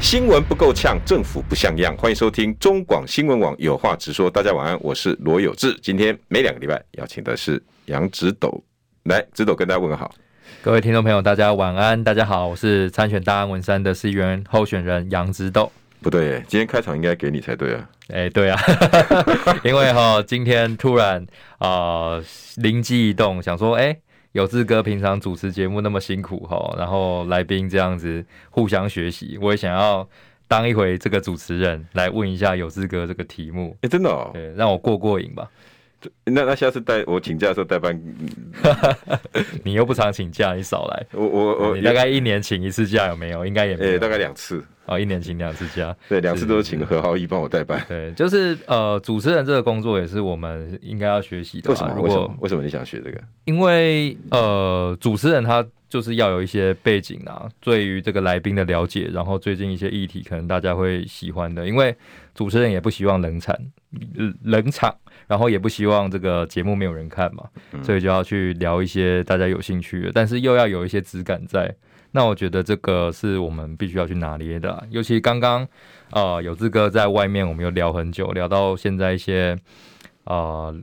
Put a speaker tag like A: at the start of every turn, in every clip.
A: 新闻不够呛，政府不像样。欢迎收听中广新闻网，有话直说。大家晚安，我是罗有志。今天每两个礼拜邀请的是杨直斗，来，直斗跟大家问个好。
B: 各位听众朋友，大家晚安，大家好，我是参选大安文山的市议员候选人杨直斗。
A: 不对，今天开场应该给你才对啊。
B: 哎、对啊， 因为哈，今天突然啊灵机一动，想说，哎、有志哥平常主持节目那么辛苦哈，然后来宾这样子互相学习，我也想要当一回这个主持人，来问一下有志哥这个题目，
A: 哎、真的哦。
B: 对，让我过过瘾吧。
A: 那那下次带我请假的时候带班，
B: 你又不常请假，你 少来。
A: 我我我
B: 哦你大概一年请一次假有没有？应该也没
A: 呃、
B: 有，
A: 大概两次，
B: 哦，一年请两次假。
A: 对，两次都是请何浩一帮我代班。
B: 对，就是呃，主持人这个工作也是我们应该要学习的
A: 为
B: 吧。
A: 什么？
B: 如
A: 为什
B: 果
A: 么？为什么你想学这个？
B: 因为呃，主持人他就是要有一些背景啊，对于这个来宾的了解，然后最近一些议题可能大家会喜欢的，因为主持人也不希望冷场，呃冷场，然后也不希望这个节目没有人看嘛，所以就要去聊一些大家有兴趣的，但是又要有一些质感在。那我觉得这个是我们必须要去拿捏的啊、尤其刚刚呃有志哥在外面，我们有聊很久，聊到现在一些呃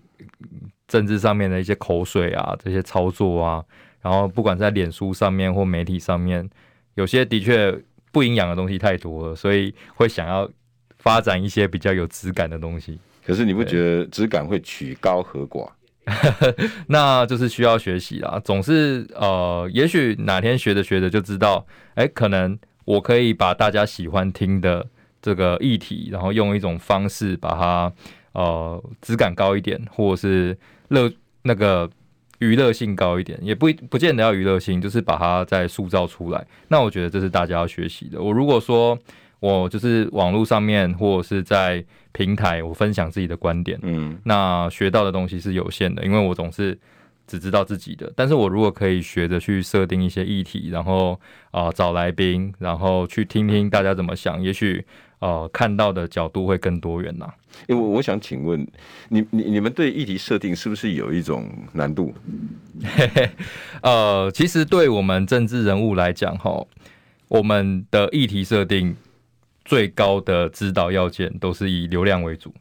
B: 政治上面的一些口水啊，这些操作啊，然后不管在脸书上面或媒体上面，有些的确不营养的东西太多了，所以会想要发展一些比较有质感的东西，
A: 可是你不觉得质感会曲高和寡？
B: 那就是需要学习啦。总是呃，也许哪天学着学着就知道，哎，可能我可以把大家喜欢听的这个议题，然后用一种方式把它呃质感高一点，或者是乐那个娱乐性高一点，也不不见得要娱乐性，就是把它再塑造出来。那我觉得这是大家要学习的。我如果说我就是网络上面或者是在平台，我分享自己的观点，
A: 嗯，
B: 那学到的东西是有限的，因为我总是只知道自己的。但是我如果可以学着去设定一些议题，然后啊、呃找来宾，然后去听听大家怎么想，也许呃看到的角度会更多元呐、
A: 因为我我想请问你，你你们对议题设定是不是有一种难度？
B: 呃，其实对我们政治人物来讲，哈，我们的议题设定最高的指导要件都是以流量为主。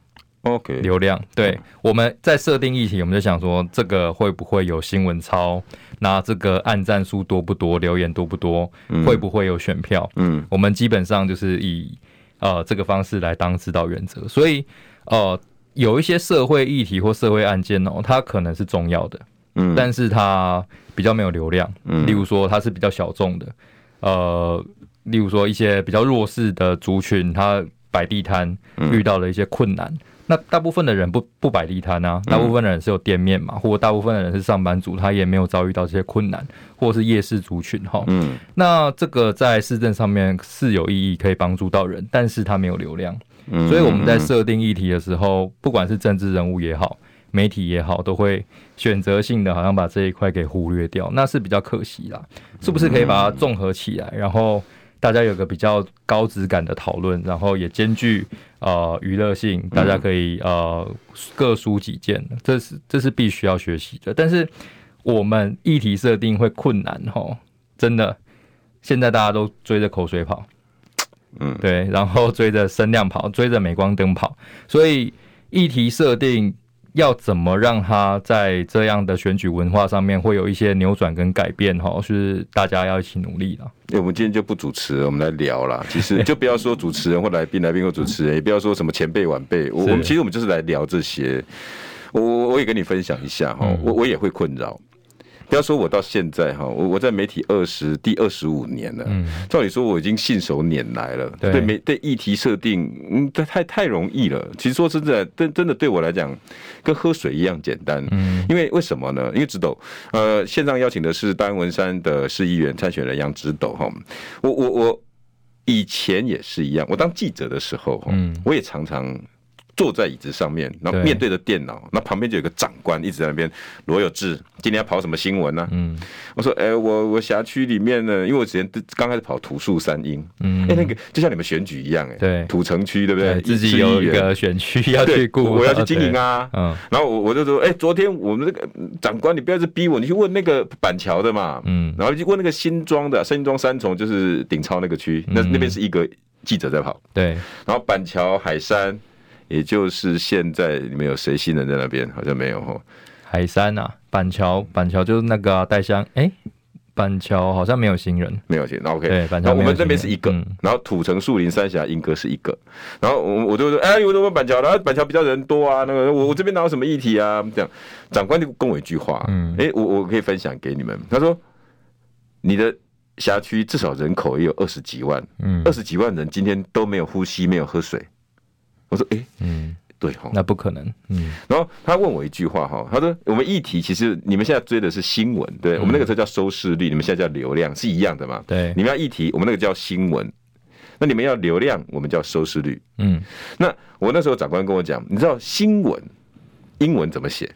A: OK，
B: 流量。对
A: 嗯，
B: 我们在设定议题，我们就想说这个会不会有新闻超，那这个按赞数多不多，留言多不多，会不会有选票？
A: 嗯
B: 我们基本上就是以呃这个方式来当指导原则，所以呃有一些社会议题或社会案件哦，它可能是重要的，
A: 嗯，
B: 但是它比较没有流量。
A: 嗯
B: 例如说它是比较小众的，呃，例如说一些比较弱势的族群，他摆地摊
A: 嗯
B: 遇到了一些困难。那大部分的人不不摆地摊
A: 嗯
B: 啊，大部分的人是有店面嘛，或大部分的人是上班族，他也没有遭遇到这些困难，或是夜市族群哈。
A: 嗯
B: 那这个在市政上面是有意义，可以帮助到人，但是它没有流量。
A: 嗯
B: 所以我们在设定议题的时候，不管是政治人物也好，媒体也好，都会选择性的好像把这一块给忽略掉，那是比较可惜啦。是不是可以把它综合起来，然后大家有个比较高质感的讨论，然后也兼具呃娱乐性，大家可以呃各抒己见，这是这是必须要学习的。但是我们议题设定会困难吼，真的。现在大家都追着口水跑，
A: 嗯
B: 对，然后追着声量跑，追着镁光灯跑，所以议题设定要怎么让它在这样的选举文化上面会有一些扭转跟改变哈，是大家要一起努力的。
A: 欸我们今天就不主持了，我们来聊 啦。其实就不要说主持人或来宾，来宾或主持人，也不要说什么前辈晚辈。我
B: 是
A: 我们其实我们就是来聊这些。我我我也跟你分享一下
B: 嗯
A: 哈，我我也会困扰。不要说我到现在哈，我我在媒体二十第二十五年了。
B: 嗯，
A: 照理说我已经信手拈来了，
B: 对
A: 对媒对议题设定，嗯，这太太容易了。其实说真的，真真的对我来讲，跟喝水一样简单。
B: 嗯，
A: 因为为什么呢？因为直斗，呃，线上邀请的是丹文山的市议员参选人杨直斗哈。我我我以前也是一样，我当记者的时候，
B: 嗯
A: 嗯，我也常常坐在椅子上面，然后
B: 对
A: 面对着电脑，那旁边就有个长官一直在那边。罗有志今天要跑什么新闻呢、
B: 嗯
A: 我说，哎、我我辖区里面呢，因为我之前刚开始跑土树三英，
B: 嗯
A: 哎、，那个就像你们选举一样、哎，
B: 对
A: 土城区对不对？
B: 对自己
A: 市议
B: 有一
A: 员
B: 个选区要
A: 对
B: 去顾，
A: 我要去经营啊。
B: 对，嗯
A: 然后我我就说，哎、昨天我们那个嗯长官，你不要一直逼我，你去问那个板桥的嘛，
B: 嗯
A: 然后就问那个新庄的，新庄三重就是顶超那个区，那
B: 嗯
A: 那边是一个记者在跑，
B: 对，
A: 然后板桥海山，也就是现在你们有谁新人在那边？好像没有哦哈。
B: 海山啊，板桥，板桥就是那个啊带、香，哎、板桥好像没有新人，
A: 没有钱，那 OK。
B: 对板桥
A: 然后我
B: 没有
A: 们
B: 钱
A: 这边是一个，
B: 嗯
A: 然后土城、树林、三峡、莺歌是一个，然后我我就说，哎，我怎么板桥？然后板桥比较人多啊，那个我我这边哪有什么议题啊？这样，长官就跟我一句话，
B: 嗯
A: 嗯，哎，我我可以分享给你们。他说，你的辖区至少人口也有二十几万，
B: 嗯
A: 二十几万人今天都没有呼吸，没有喝水。我说，哎，
B: 嗯，
A: 对哈。
B: 那不可能，嗯
A: 然后他问我一句话哈，他说我们议题其实你们现在追的是新闻，对不对，我们那个时候叫收视率，你们现在叫流量，是一样的嘛？
B: 对，
A: 你们要议题，我们那个叫新闻；那你们要流量，我们叫收视率。
B: 嗯
A: 那我那时候长官跟我讲，你知道新闻英文怎么写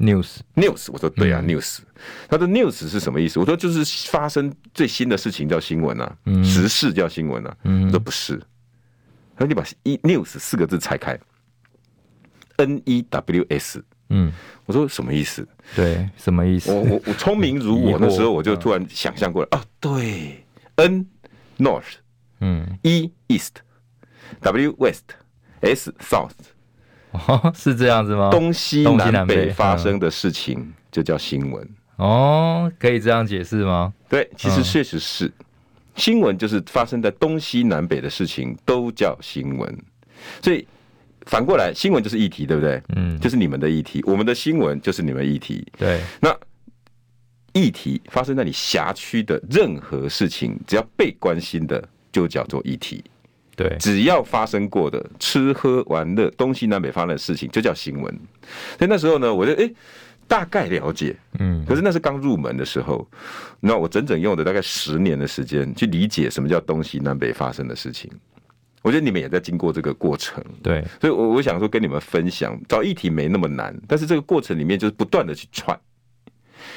B: ，news，
A: ？news，我说对啊、
B: 嗯
A: n e w s 他说 news 是什么意思？我说就是发生最新的事情叫新闻啊，
B: 嗯
A: 时事叫新闻啊。
B: 嗯
A: 我说不是，他说你把一 news 四个字拆开，n e w s，
B: 嗯，
A: 我说什么意思？
B: 对，什么意思？
A: 哦我 我我聪明如
B: 疑惑
A: 我那时候，我就突然想象过来，哦，对，n north。
B: 嗯，
A: E East, W West, S South，
B: 哦，是这样子吗？
A: 东西
B: 东西
A: 南
B: 南北嗯
A: 北发生的事情就叫新闻。
B: 哦，可以这样解释吗？
A: 对，其实
B: 嗯
A: 确实是新闻，就是发生在东西南北的事情都叫新闻。所以反过来，新闻就是议题，对不对？
B: 嗯，
A: 就是你们的议题，我们的新闻就是你们议题。
B: 对，
A: 那议题发生在你辖区的任何事情，只要被关心的，就叫做议题。
B: 对，
A: 只要发生过的吃喝玩乐东西南北方的事情，就叫新闻。所以那时候呢，我就哎、诶大概了解，
B: 嗯
A: 可是那是刚入门的时候，那我整整用了大概十年的时间去理解什么叫东西南北发生的事情。我觉得你们也在经过这个过程，
B: 对，
A: 所以我我想说跟你们分享，找议题没那么难，但是这个过程里面就是不断的去串。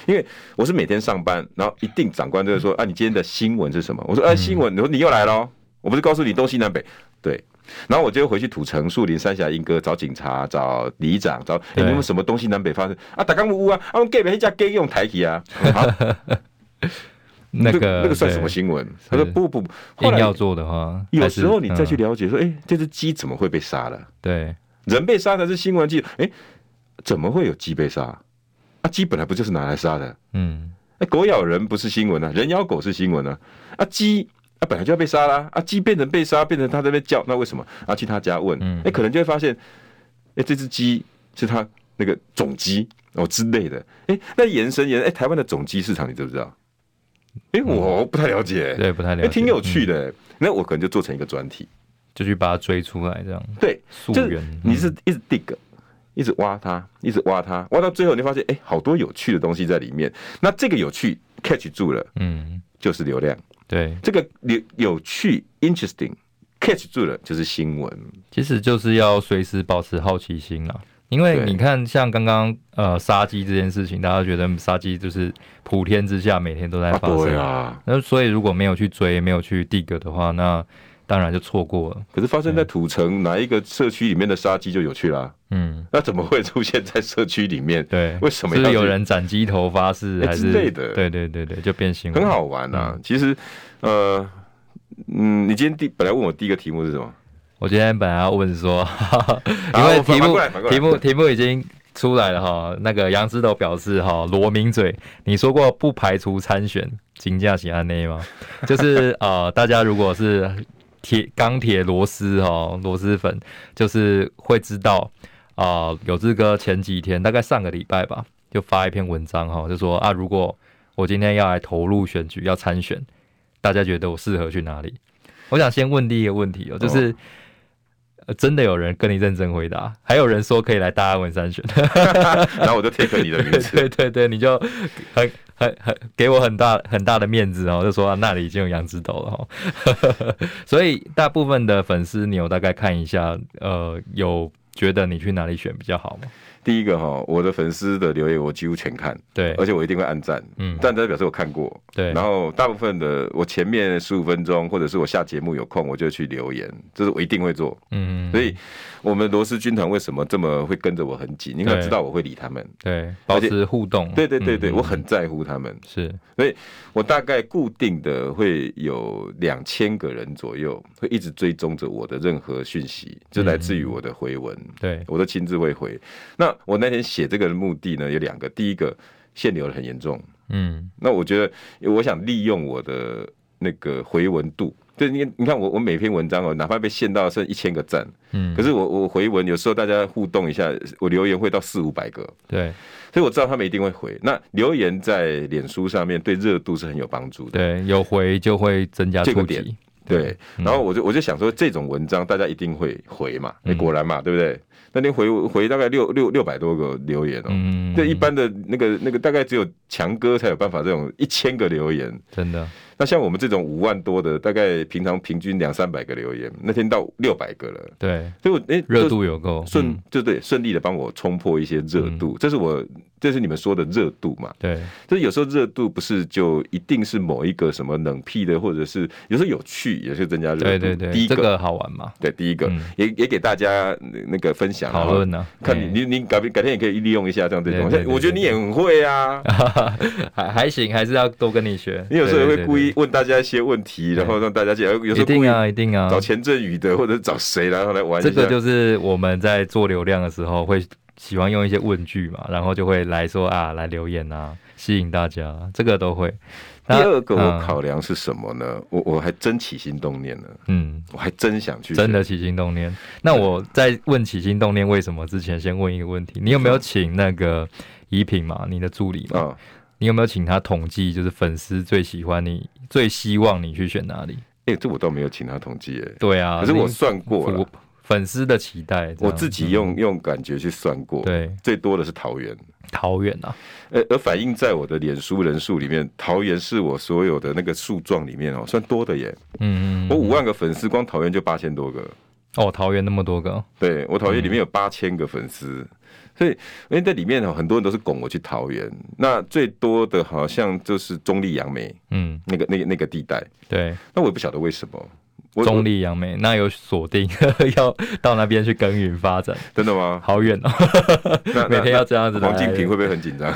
A: 因为我是每天上班，然后一定长官就会说：“啊，你今天的新闻是什么？”我
B: 嗯
A: 说：“啊，新闻。”你说：“你又来喽！”我不是告诉你东西南北对。然后我就回去土城、树林、三峡、莺歌找警察、找里长、找哎、
B: 对
A: 你们什么东西南北发生啊？打钢屋啊，啊，我们 gay 黑家 gay 用台语啊，好，
B: 那个
A: 那个算
B: 对
A: 什么新闻？他说
B: 是
A: 不不不，后
B: 硬
A: 来
B: 要做的话，
A: 有
B: 还是
A: 时候你再去
B: 嗯
A: 了解说，哎、这只鸡怎么会被杀了？
B: 对，
A: 人被杀才是新闻记，哎、怎么会有鸡被杀？啊，鸡本来不就是拿来杀的？
B: 嗯
A: 那狗咬人不是新闻啊，人咬狗是新闻啊。啊，鸡啊本来就要被杀啦，啊，鸡变成被杀，变成他在那边叫，那为什么？啊，去他家问，哎、
B: 嗯
A: 可能就会发现，哎、这只鸡是他那个种鸡哦之类的。哎、那延伸延，哎、台湾的种鸡市场你知不知道？哎、我不太了解、
B: 嗯对，不太
A: 哎、
B: 了解，
A: 挺有趣
B: 嗯，
A: 的、那我可能就做成一个专题，
B: 就去把它追出来，这样
A: 对，
B: 溯
A: 就是
B: 源，
A: 你是
B: 嗯
A: 一直 dig，一直挖它，一直挖它，挖到最后你会发现，哎、好多有趣的东西在里面。那这个有趣 catch 住了，
B: 嗯，
A: 就是流量；
B: 对，
A: 这个有有趣 interesting catch 住了，就是新闻。
B: 其实就是要随时保持好奇心啦。因为
A: 对
B: 你看，像刚刚呃杀鸡这件事情，大家觉得嗯杀鸡就是普天之下每天都在发生，
A: 啊，
B: 那所以如果没有去追，没有去 dig 的话，那当然就错过了。
A: 可是发生在土城哪一个社区里面的杀鸡就有趣啦？
B: 嗯，
A: 那怎么会出现在社区里面？
B: 对，
A: 为什么
B: 是
A: 要
B: 不是有
A: 去
B: 人斩鸡头发誓
A: 哎
B: 还
A: 之
B: 是
A: 类的
B: 对对对对，就变形了
A: 很，好玩啊。
B: 嗯
A: 其实，呃，嗯，你今天第本来问我第一个题目是什 么？
B: 我今天本来要 问说，因
A: 好
B: 为
A: 啊我反
B: 题
A: 反
B: 目
A: 过来反过来
B: 题目题目已经出来了哈，那个杨枝头表示哈，罗明嘴，你说过不排除参选金价喜案内吗？ 就是呃，大家如果是铁钢铁螺丝哈螺丝粉，就是会知道啊、有志哥前几天大概上个礼拜吧，就发一篇文章哈，就说啊，如果我今天要来投入选举要参选，大家觉得我适合去哪里？我想先问第一个问题哦，就是、呃真的有人跟你认真回答，还有人说可以来大安文山选，
A: 然后我就 take 你的名字。
B: 对对对，你就很很很给我很大很大的面子哦，就说、啊、那里已经有杨枝头了哦， 所以大部分的粉丝你有大概看一下，呃，有觉得你去哪里选比较好吗？
A: 第一个哈，我的粉丝的留言我几乎全看，
B: 对
A: 而且我一定会按赞，
B: 嗯
A: 但代表示我看过，
B: 对
A: 然后大部分的我前面十五分钟，或者是我下节目有空，我就去留言，这是我一定会做。
B: 嗯，
A: 所以我们罗斯军团为什么这么会跟着我很紧？你可能
B: 对
A: 知道我会理他们，
B: 对，保持互动，
A: 对对对对，
B: 嗯
A: 我很在乎他们，
B: 是
A: 所以我大概固定的会有两千个人左右会一直追踪着我的任何讯息，就来自于我的回文。
B: 对，
A: 我都亲自会回。那我那天写这个的目的呢，有两个，第一个限流的很严重，
B: 嗯
A: 那我觉得我想利用我的那个回文度，就是你你看我我每篇文章哦，哪怕被限到剩一千个赞，
B: 嗯，
A: 可是我我回文有时候大家互动一下，我留言会到四五百个，
B: 对
A: 所以我知道他们一定会回。那留言在脸书上面对热度是很有帮助的。
B: 对，有回就会增加
A: 这个
B: 触
A: 点
B: 及，
A: 对，
B: 嗯
A: 然后我就我就想说，这种文章大家一定会回嘛，哎果然嘛，对不对？那天回回大概六六六百多个留言哦，
B: 嗯，
A: 这一般的那个那个大概只有强哥才有办法这种一千个留言。哦
B: 真的，
A: 那像我们这种五万多的，大概平常平均两三百个留言，那天到六百个了，
B: 对，
A: 所以我哎
B: 热
A: 就
B: 度有够，
A: 顺
B: 嗯
A: 就对顺利的帮我冲破一些热度，这是我这是你们说的热度嘛？
B: 对，
A: 就是有时候热度不是就一定是某一个什么冷僻的，或者是有时候有趣也是增加热度。
B: 对对
A: 第
B: 对，
A: 一
B: 这
A: 个、
B: 个好玩嘛，
A: 对第一个、
B: 嗯
A: 也也给大家那那个分享
B: 讨论。呢，
A: 然后看
B: 哎
A: 你你你改改天也可以利用一下这样对
B: 对
A: 东
B: 对
A: 西，
B: 对
A: 我觉得你也很会啊。
B: 还还行，还是要多跟你学。
A: 你有时候也会故意
B: 对
A: 问大家一些问题，然后让大家解，有
B: 对
A: 时
B: 对
A: 候
B: 一
A: 故
B: 定
A: 意
B: 啊，一定啊
A: 找，钱振宇的，或者找谁，然后来玩一下。
B: 这个就是我们在做流量的时候会喜欢用一些问句嘛，然后就会来说啊，来留言啊，吸引大家，这个都会。
A: 第
B: 那
A: 二个我
B: 嗯
A: 考量是什么呢？我我还真起心动念了，
B: 嗯，
A: 我还真想去。
B: 真的，起心动念。那我在问起心动念为什么之前，先问一个问
A: 嗯
B: 题：你有没有请那个怡品嘛，你的助理嘛？
A: 啊、
B: 你有没有请他统计，就是粉丝最喜欢你，最希望你去选哪里？
A: 哎、这我倒没有请他统计哎，
B: 对啊，
A: 可是我
B: 你
A: 算过了
B: 粉，粉丝的期待，这
A: 我
B: 样
A: 自己
B: 嗯
A: 用用感觉去算过，，
B: 对
A: 最多的是桃园。
B: 桃园啊，
A: 呃，而反映在我的脸书人数里面，桃园是我所有的那个树状里面哦，算多的耶。
B: 嗯，
A: 我五万个粉丝，光桃园就八千多个。
B: 哦，桃园那么多个，
A: 对我桃园里
B: 嗯
A: 面有八千个粉丝，所以因为在里面哦很多人都是拱我去桃园，那最多的好像就是中立杨梅
B: 嗯，
A: 那个那个那个地带，
B: 对，
A: 那我也不晓得为什么。我
B: 中
A: 我
B: 立杨梅那有锁定 要到那边去耕耘发展，
A: 真的吗？
B: 好远哦，
A: 那
B: 每天要这样
A: 那
B: 子
A: 黄静
B: 来
A: 平会不会很紧张？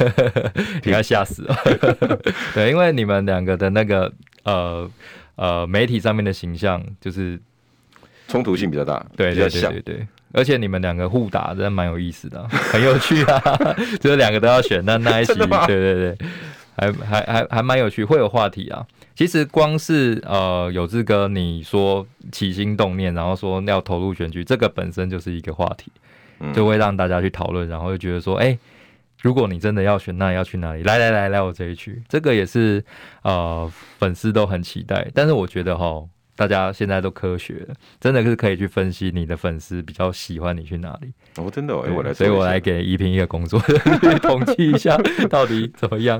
B: 你要吓死了， 对，因为你们两个的那个呃呃媒体上面的形象就是
A: 冲突性比较大，
B: 对
A: 比较
B: 对对
A: 像
B: 对。对。而且你们两个互打，真的蛮有意思的啊、 很有趣啊！ 就是两个都要选，那那一起，
A: 真的吗
B: 对对对，还还还还蛮有趣，会有话题啊。其实光是呃，有志哥你说起心动念，然后说要投入选举，这个本身就是一个话题，
A: 嗯
B: 就会让大家去讨论，然后就觉得说，哎、如果你真的要选，那你要去哪里？来 来来来，我这一区，这个也是呃粉丝都很期待。但是我觉得哈，大家现在都科学了，真的是可以去分析你的粉丝比较喜欢你去哪里。
A: 哦，真的、哦，哎、我来做
B: 所
A: 一下，
B: 以我来给怡平一个工作，去统计一下到底怎么 样。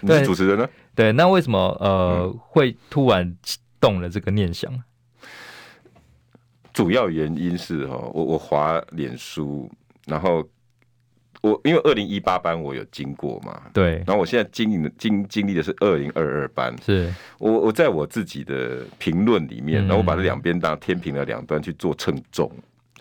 A: 你是
B: 对
A: 主持人呢、
B: 对，那为什么呃、会突然动了这个念想？
A: 主要原因是哈、哦，我我滑脸书，然后我因为二零一八班我有经过嘛，
B: 对，
A: 然后我现在经营的经经历的是二零二二班，
B: 是
A: 我我在我自己的评论里面，
B: 嗯
A: 然后我把这两边当天平的两端去做称重。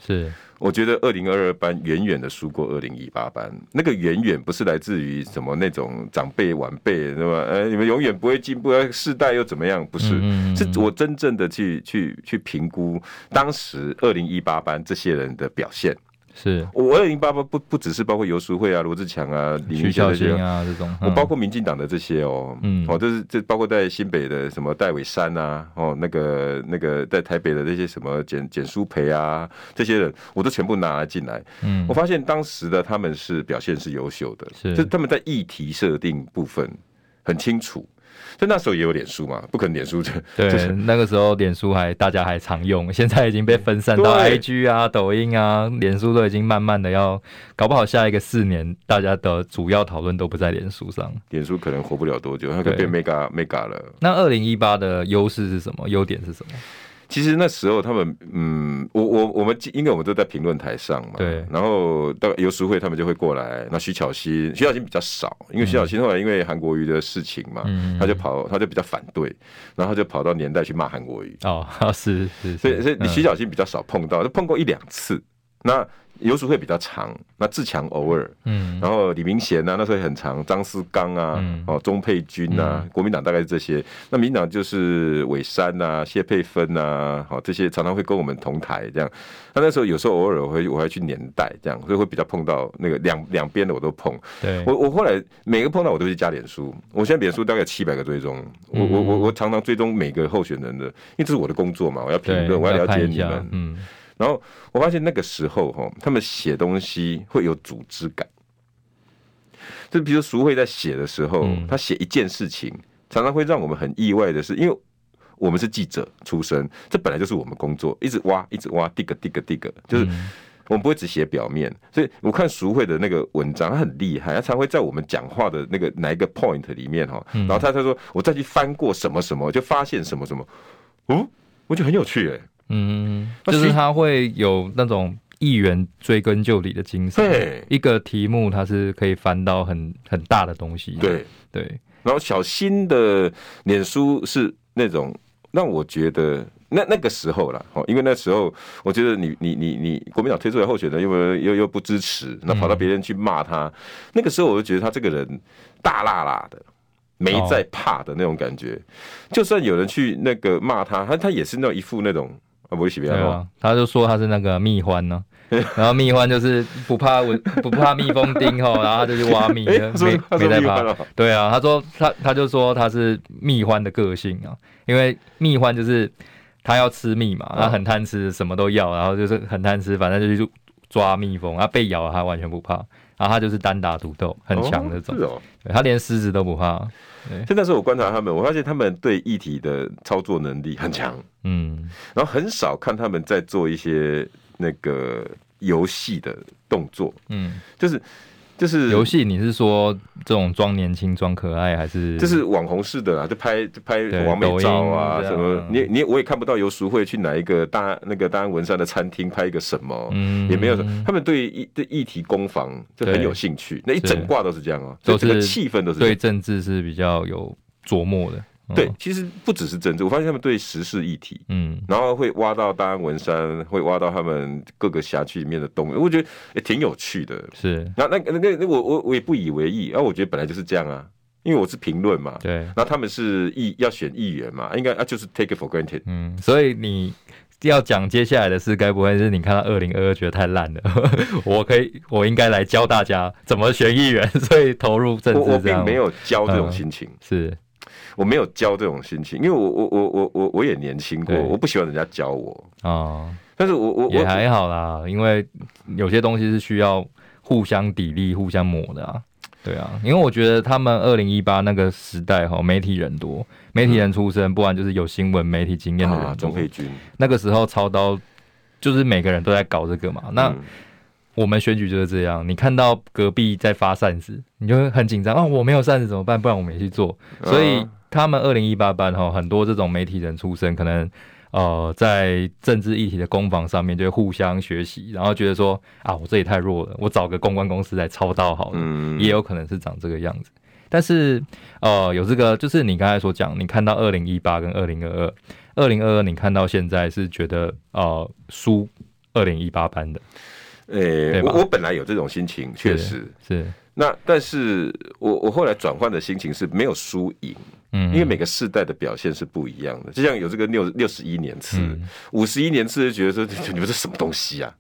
B: 是，
A: 我觉得二零二二班远远的输过二零一八班，那个远远不是来自于什么那种长辈晚辈，对吧？呃，你们永远不会进步，呃世代又怎么样？不是，
B: 嗯嗯嗯
A: 是我真正的去去去评估当时二零一八班这些人的表现。
B: 是
A: 我二零一八班不不只是包括游淑慧啊、罗志强啊、李
B: 徐
A: 云秀
B: 小
A: 这些
B: 新，啊这种，
A: 哦我包
B: 括
A: 括民进党的这些哦，
B: 嗯
A: 哦，这是这包括在新北的什么戴伟山啊，哦，那个那个在台北的这些什么简简书培啊，这些人我都全部拿来进来。
B: 嗯
A: 我发现当时的他们是表现是优秀的，
B: 是
A: 就是他们在议题设定部分很清楚，所以那时候也有脸书嘛，不可能脸书这
B: 对，
A: 就是
B: 那个时候脸书还大家还常用，现在已经被分散到
A: 对
B: IG 啊、抖音啊，脸书都已经慢慢的要，搞不好下一个四年，大家的主要讨论都不在脸书上。
A: 脸书可能活不了多久，它可能
B: 对
A: 变 mega mega 了。
B: 那二零一八的优势是什么？优点是什么？
A: 其实那时候他们，嗯，我我我们因为我们都在评论台上嘛，
B: 对
A: 然后到游淑慧他们就会过来，那徐巧芯，徐巧芯比较少，因为徐巧芯后来因为韩国瑜的事情嘛，
B: 嗯
A: 他就跑，他就比较反对，然后他就跑到年代去骂韩国瑜，
B: 哦，是是，
A: 所以所以
B: 嗯
A: 徐巧芯比较少碰到，就碰过一两次。那游淑慧比较长，那志强偶尔，
B: 嗯
A: 然后李明贤啊，那时候也很长，张思刚啊，
B: 嗯
A: 哦，钟佩君啊，国民党大概是这些。那民进党就是伟山啊、谢佩芬啊，好、这些常常会跟我们同台这样。那那时候有时候偶尔我会我还去年代这样，所以会比较碰到那个两两边的我都碰。
B: 对，
A: 我我后来每个碰到我都去加脸书，我现在脸书大概七百个追踪，我我
B: 嗯
A: 我我常常追踪每个候选人的，因为这是我的工作嘛，我要评
B: 对
A: 论，我要了
B: 看
A: 解
B: 一
A: 你
B: 下
A: 们。
B: 嗯，
A: 然后我发现那个时候哈，他们写东西会有组织感，就比如淑慧在写的时候，
B: 嗯
A: 她写一件事情，常常会让我们很意外的是，因为我们是记者出身，这本来就是我们工作，一直挖，一直挖，dig dig dig，就是。
B: 嗯
A: 我们不会只写表面，所以我看淑慧的那个文章，她很厉害，她常会在我们讲话的那个哪一个 point 里面哈，然后她她说我再去翻过什么什么，就发现什么什么，哦，我觉得很有趣哎、
B: 嗯，
A: 那
B: 就是
A: 徐
B: 他会有那种议员追根究底的精神。
A: 对
B: 一个题目它是可以翻到很很大的东西。
A: 对，
B: 对，
A: 然后小新的脸书是那种让我觉得那那个时候啦，哦，因为那时候我觉得你你你你国民党推出来候选人又又又又不支持，那跑到别人去骂他，
B: 嗯
A: 那个时候我就觉得他这个人大辣辣的。没在怕的那种感觉，就算有人去那个骂他，他他也是那种一副那种啊，不会洗别
B: 对
A: 人
B: 啊，他就说他是那个蜜獾 呢、然后蜜獾就是不怕蚊，不怕蜜蜂叮吼，然后他就去挖蜜，
A: 哎
B: 没
A: 他说他说
B: 没在
A: 蜜獾
B: 怕
A: 哦。
B: 对啊，他说他他就说他是蜜獾的个性啊，因为蜜獾就是他要吃蜜嘛，他
A: 嗯
B: 很贪吃，什么都要，然后就是很贪吃，反正就去抓蜜蜂，他被咬了啊他完全不怕，然后他就是单打独斗很强那种，
A: 哦是哦。
B: 对他连狮子都不怕，
A: 所以那时候我观察他们，我发现他们对议题的操作能力很强。
B: 嗯
A: 然后很少看他们在做一些那个游戏的动作，
B: 嗯，
A: 就是就是
B: 游，戏你是说这种装年轻装可爱还是
A: 就是网红式的啦，啊就拍就拍
B: 对
A: 完美照啊
B: 抖音这样
A: 什么，你你我也看不到游淑慧去哪一个大那个大安文山的餐厅拍一个什么。
B: 嗯
A: 也没有什么，他们对议对议题攻防就很有兴趣，那一整挂都是这样哦、所以
B: 都是
A: 整个气氛都是这
B: 对
A: 样。
B: 政治是比较有琢磨的。嗯
A: 对，，其实不只是政治，我发现他们对时事议题，
B: 嗯，
A: 然后会挖到大安文山，会挖到他们各个辖区里面的动物，我觉得也挺有趣的。
B: 是，
A: 那那那那那我我我也不以为意啊，我觉得本来就是这样啊，因为我是评论嘛，
B: 对，
A: 那他们是议要选议员嘛，应该啊就是 take it for granted，
B: 嗯，所以你要讲接下来的事，该不会是你看到二零二二觉得太烂了？ 我可以，我应该来教大家怎么选议员，所以投入政
A: 我
B: 治
A: 我
B: 这
A: 并
B: 样吗。
A: 没有教这种
B: 嗯
A: 心情，
B: 是，
A: 我没有教这种心情，因为我我我我我我也年轻过，
B: 对
A: 我不喜欢人家教我，
B: 哦，
A: 但是我我啊
B: 也
A: 我
B: 还好啦，因为有些东西是需要互相砥砺、互相磨的啊。对啊，因为我觉得他们二零一八那个时代哈，媒体人多，媒体人出身，不然就是有新闻媒体经验的
A: 啊
B: 人多
A: 钟。佩君，
B: 那个时候操刀就是每个人都在搞这个嘛。那
A: 嗯
B: 我们选举就是这样，你看到隔壁在发扇子，你就会很紧张啊，我没有扇子怎么办？不然我们也去做。所以
A: 啊
B: 他们二零一八班哈，很多这种媒体人出身，可能呃在政治议题的攻防上面就会互相学习，然后觉得说啊，我这里太弱了，我找个公关公司来操刀好了。
A: 嗯
B: 哦也有可能是长这个样子。但是，呃，有这个，就是你刚才所讲，你看到二零一八跟二零二二，二零二二你看到现在是觉得呃输二零一八班的，
A: 诶、
B: 对吧
A: 我我本来有这种心情，确实，
B: 是，
A: 那但是我我后来转换的心情是没有输赢。
B: 嗯，
A: 因为每个世代的表现是不一样的。就像有这个六六十一年次、
B: 嗯
A: 五十一年次，就觉得说这你们这什么东西 啊？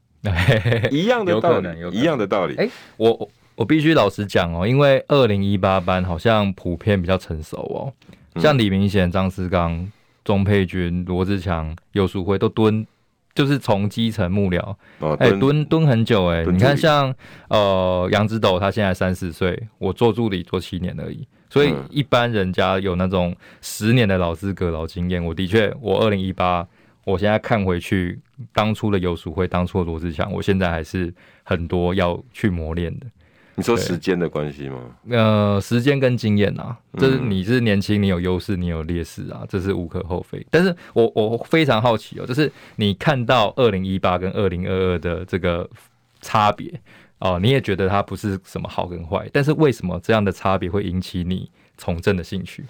A: 一样的
B: 有
A: 道
B: 可能有可
A: 理，
B: 能
A: 一样的道理。
B: 哎、我我我必须老实讲哦，因为二零一八班好像普遍比较成熟哦，像李明显、张思刚、钟佩君、罗志强、尤淑辉都蹲就是从基层幕僚，
A: 哦，
B: 哎、
A: 蹲
B: 蹲蹲很久哎、
A: 蹲助理
B: 你看像呃杨之斗，他现在三十岁，我做助理做七年而已，所以
A: 嗯
B: 一般人家有那种十年的老资格、老经验。我的确，我二零一八，我现在看回去当初的游淑慧，当初的罗志祥，我现在还是很多要去磨练的。
A: 你说
B: 对
A: 时间的关系吗？
B: 呃，时间跟经验啊，这是
A: 嗯
B: 你是年轻，你有优势，你有劣势啊，这是无可厚非。但是我我非常好奇哦，就是你看到二零一八跟二零二二的这个差别哦、你也觉得它不是什么好跟坏，但是为什么这样的差别会引起你从政的兴趣？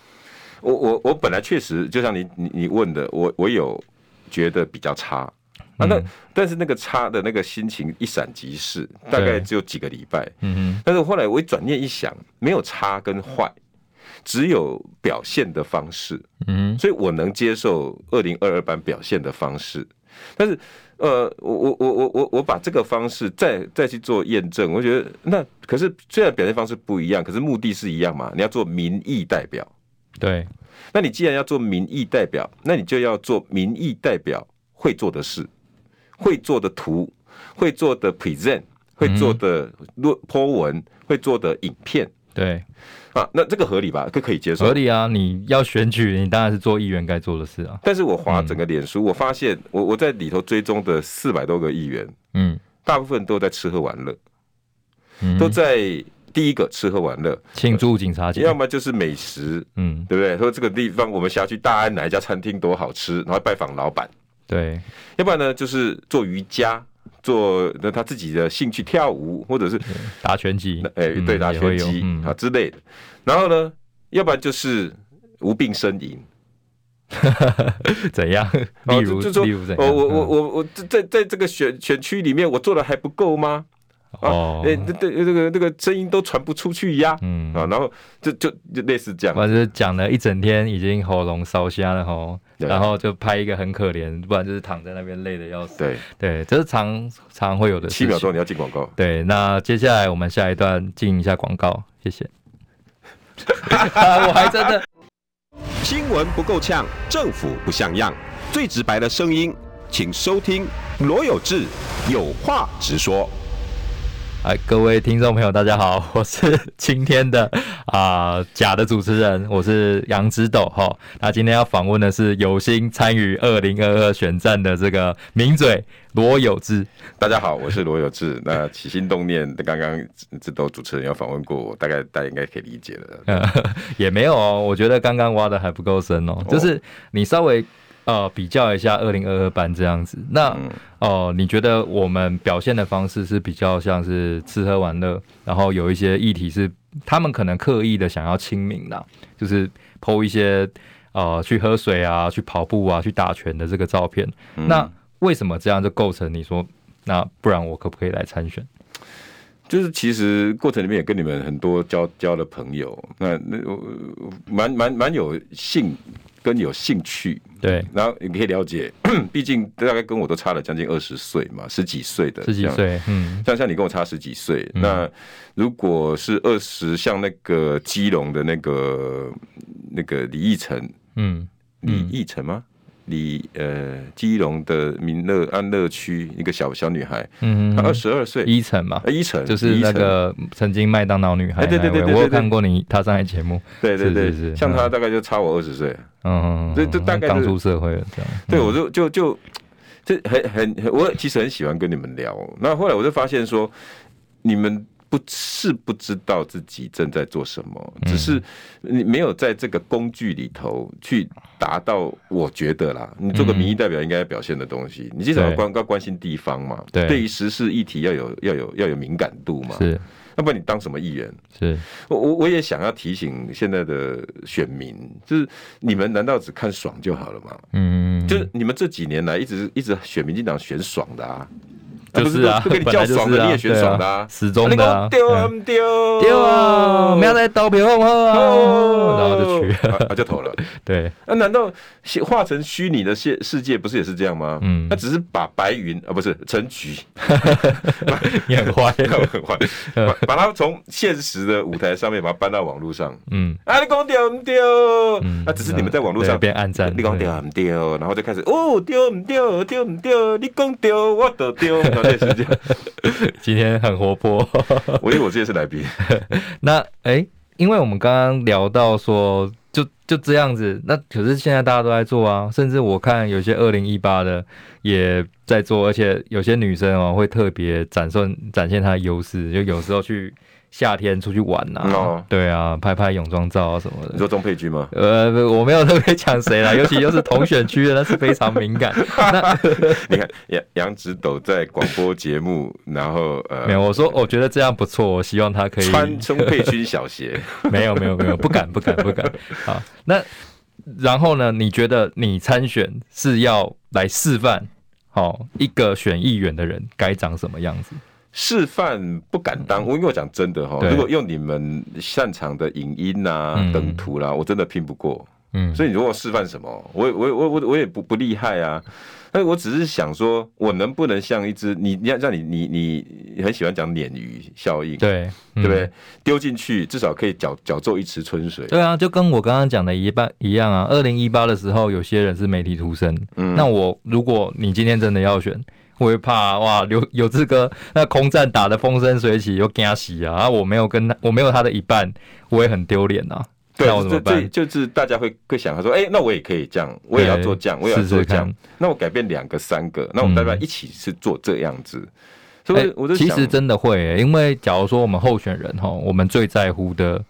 A: 我我我本来确实就像你你你问的，我我有觉得比较差。啊，那、
B: 嗯
A: 但是那个差的那个心情一闪即逝，大概
B: 对
A: 只有几个礼拜。
B: 嗯
A: 但是后来我一转念一想，没有差跟坏，只有表现的方式。
B: 哼，嗯
A: 所以我能接受二零二二版表现的方式，但是呃，我我我我我我把这个方式再再去做验证，我觉得那可是虽然表现方式不一样，可是目的是一样嘛，你要做民意代表，
B: 哼，对，
A: 那你既然要做民意代表，那你就要做民意代表会做的事，会做的图，会做的 present，会做的论 po 文，会做的影片
B: 对，
A: 啊，那这个合理吧？这可以接受
B: 合。理啊，你要选举，你当然是做议员该做的事啊，
A: 但是我划整个脸书，我发现我我在里头追踪的四百多个议员，
B: 嗯
A: 大部分都在吃喝玩乐，
B: 嗯
A: 都在第一个吃喝玩乐，
B: 庆祝警察节，
A: 要么就是美食，
B: 嗯，
A: 对不对？说这个地方我们辖区大安哪一家餐厅多好吃，然后拜访老板；
B: 对，
A: 要不然呢就是做瑜伽，做那他自己的兴趣跳舞，或者是
B: 打拳击，
A: 哎、
B: 嗯
A: 对打
B: 也会
A: 拳
B: 有
A: 击
B: 嗯
A: 啊之类的。然后呢，要不然就是无病呻吟。
B: 怎样？ 例
A: 哦
B: 如，
A: 就就说
B: 例如怎样？嗯
A: 我我我我我在在在这个选选区里面，我做的还不够吗？
B: 嗯
A: 啊，
B: 哦，
A: 哎、这这这个这个声音都传不出去呀、
B: 嗯，
A: 啊，然后就就就类似这样
B: 不，然就是讲了一整天，已经喉咙烧瞎了吼，
A: 对
B: 然后就拍一个很可怜，不然就是躺在那边累的要死。
A: 对，
B: 对，这是常常会有的
A: 七
B: 事
A: 秒
B: 情。
A: 钟你要进广告，
B: 对，那接下来我们下一段进一下广告，谢谢。 啊我还真的
C: 新闻不够呛，政府不像样，最直白的声音，请收听罗有志有话直说。
B: 哎，各位听众朋友，大家好， 我是今天的啊、假的主持人，我是杨之斗哈。那今天要访问的是有心参与二零二二选战的这个名嘴罗有志。
A: 大家好，我是罗有志。 那起心动念，刚刚这都主持人有访问过我，大概大家应该可以理解了。
B: 呃， 也没有哦，我觉得刚刚挖的还不够深哦，就是你稍微呃比较一下二零二二班这样子，那
A: 嗯
B: 哦、你觉得我们表现的方式是比较像是吃喝玩乐，然后有一些议题是他们可能刻意的想要亲民啦，就是剖一些呃去喝水啊、去跑步啊、去打拳的这个照片，
A: 嗯
B: 那为什么这样就构成你说那不然我可不可以来参选？
A: 就是其实过程里面也跟你们很多交交了朋友，那那我我蛮蛮蛮有兴跟有兴趣，
B: 对，
A: 然后你可以了解， 毕竟大概跟我都差了将近二十岁嘛，十几岁的
B: 十几
A: 这样
B: 岁，嗯，
A: 像像你跟我差十几岁，那如果是二十，像那个基隆的那个那个李义成，
B: 嗯
A: 李义成吗？李呃，基隆的民乐安乐区一个小小女孩，
B: 嗯，
A: 她二十二岁，
B: 一层嘛
A: 呃，一成
B: 就是
A: 李义
B: 那
A: 成
B: 个曾经麦当劳女孩
A: 哎
B: 那
A: 对
B: 一位，
A: 对对对
B: 我有
A: 对对
B: 看过你她上来节目，
A: 对对对，
B: 是是是
A: 像她
B: 嗯
A: 大概就差我二十岁，
B: 嗯，
A: 对就大概
B: 刚
A: 是
B: 出社会了这样，嗯
A: 对我就就就这很很很我其实很喜欢跟你们聊，哦那后来我就发现说你们。不是不知道自己正在做什么，
B: 嗯
A: 只是你没有在这个工具里头去达到。我觉得啦，你做个民意代表应该表现的东西，你至少要
B: 嗯对
A: 关要关心地方嘛，
B: 对
A: 对于时事议题要有要有要有敏感度嘛，
B: 是
A: 要不然你当什么议员？
B: 是，
A: 我我我也想要提醒现在的选民，就是你们难道只看爽就好了吗？
B: 嗯，
A: 就是你们这几年来一直一直选民进党选爽的啊，啊
B: 就是啊，
A: 不是都都跟你
B: 本来
A: 叫爽的
B: 就是啊
A: 你也选
B: 对啊
A: 爽的啊
B: 始终的啊，
A: 丢
B: 嗯
A: 丢哦
B: 对啊，不要再投票我啊，然后就去了，
A: 啊就投了。
B: 对，
A: 那难道写化成虚拟的世世界不是也是这样吗？
B: 嗯
A: 那只是把白云啊，不是成局，
B: 你很 坏，
A: 很坏， 把把它从现实的舞台上面把它搬到网络上。
B: 嗯，
A: 啊，你讲丢不丢？
B: 嗯
A: 啊那只是你们在网络上
B: 对变暗战
A: 你讲丢不丢？然后就开始哦，丢不丢？丢不丢？哦你讲丢，我都 丢，然后类似这样。
B: 今天很活泼。
A: 我因为我这也是来宾，
B: 那哎、诶因为我们刚刚聊到说，就就这样子，那可是现在大家都在做啊，甚至我看有些二零一八的也在做，而且有些女生哦会特别展现展现她的优势，就有时候去夏天出去玩啊，
A: 嗯哦
B: 对啊，拍拍泳装照啊什么
A: 你
B: 的。
A: 说钟佩君吗？
B: 呃，我没有特别讲谁啦，尤其又是同选区的，那是非常敏感。
A: 你看杨杨植斗在广播节目，然后呃
B: 没有，我说我觉得这样不错，我希望她可以
A: 穿钟佩君小 鞋，
B: 没有没有没有，不敢不敢不敢。好，那然后呢？你觉得你参选是要来示范，好、一个选议员的人该长什么样子？
A: 示范不敢当，我因为我讲真的哈，
B: 嗯对
A: 如果用你们擅长的影音啊
B: 嗯、
A: 梗图啦，我真的拼不过。
B: 嗯，
A: 所以你如果示范什么，我也我也我我我也不不厉害啊。但我只是想说，我能不能像一只你你要让你你你你很喜欢讲鲶鱼效应，
B: 对
A: 对
B: 嗯对
A: 不对？丢进去至少可以搅搅皱一池春水。
B: 对啊，就跟我刚刚讲的一半一样啊。二零一八的时候，有些人是媒体出身，那我如果你今天真的要选。我会怕哇，刘有志哥那空战打得风生水起，又惊喜啊！啊，我没有跟他，我没有他的一半，我也很丢脸啊。
A: 对
B: 那我，怎
A: 这
B: 么
A: 这
B: 办？
A: 就是大家会会想，他说，哎、那我也可以这样，我也要做这样，
B: 对
A: 我也要做
B: 试试
A: 这样
B: 看。嗯
A: 那我改变两个、三个，那我们大家一起是做这样子。所
B: 哎，
A: 以我就
B: 其
A: 想，
B: 实真的会欸、因为假如说我们候选人哈，我们最在乎的，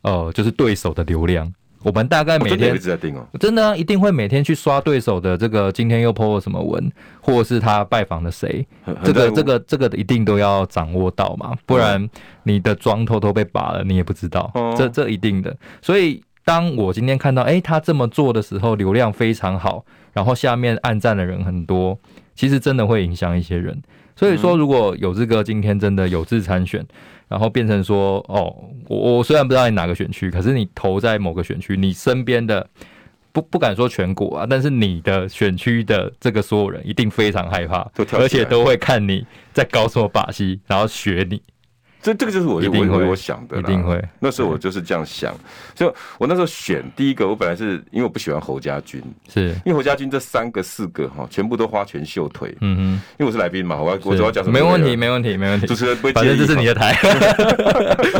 B: 呃，就是对手的流量。我们大概
A: 我
B: 每
A: 真的有一
B: 天
A: 直在盯哦、
B: 真的啊、一定会每天去刷对手的这个今天又 PO 了什么文，或者是他拜访了谁，
A: 很很
B: 这
A: 在
B: 个
A: 乎嗯
B: 这个这个一定都要掌握到嘛，不然你的妆偷偷被拔了，你也不知道
A: 哦，
B: 这这一定的。所以当我今天看到，诶，他这么做的时候，流量非常好，然后下面暗赞的人很多，其实真的会影响一些人。所以说，
A: 嗯
B: 如果有志哥今天真的有志参选，然后变成说，哦，我我虽然不知道你哪个选区，可是你投在某个选区，你身边的不不敢说全国啊，但是你的选区的这个所有人一定非常害怕
A: 都，跳起来
B: 而且都会看你在搞什么把戏，然后学你，
A: 这这个就是我
B: 一定
A: 我
B: 会
A: 我我想的啦，
B: 一定会
A: 那时候我就是这样想，所以我那时候选第一个，我本来是因为我不喜欢侯家军，
B: 是，
A: 因为侯家军这三个四个哈，全部都花拳绣腿，
B: 嗯
A: 因为我是来宾嘛，我要
B: 哼，
A: 我
B: 是
A: 主要讲什么？
B: 没问题，没问题，没问题。
A: 主持人不会介意
B: 反正这是
A: 哈
B: 你的台，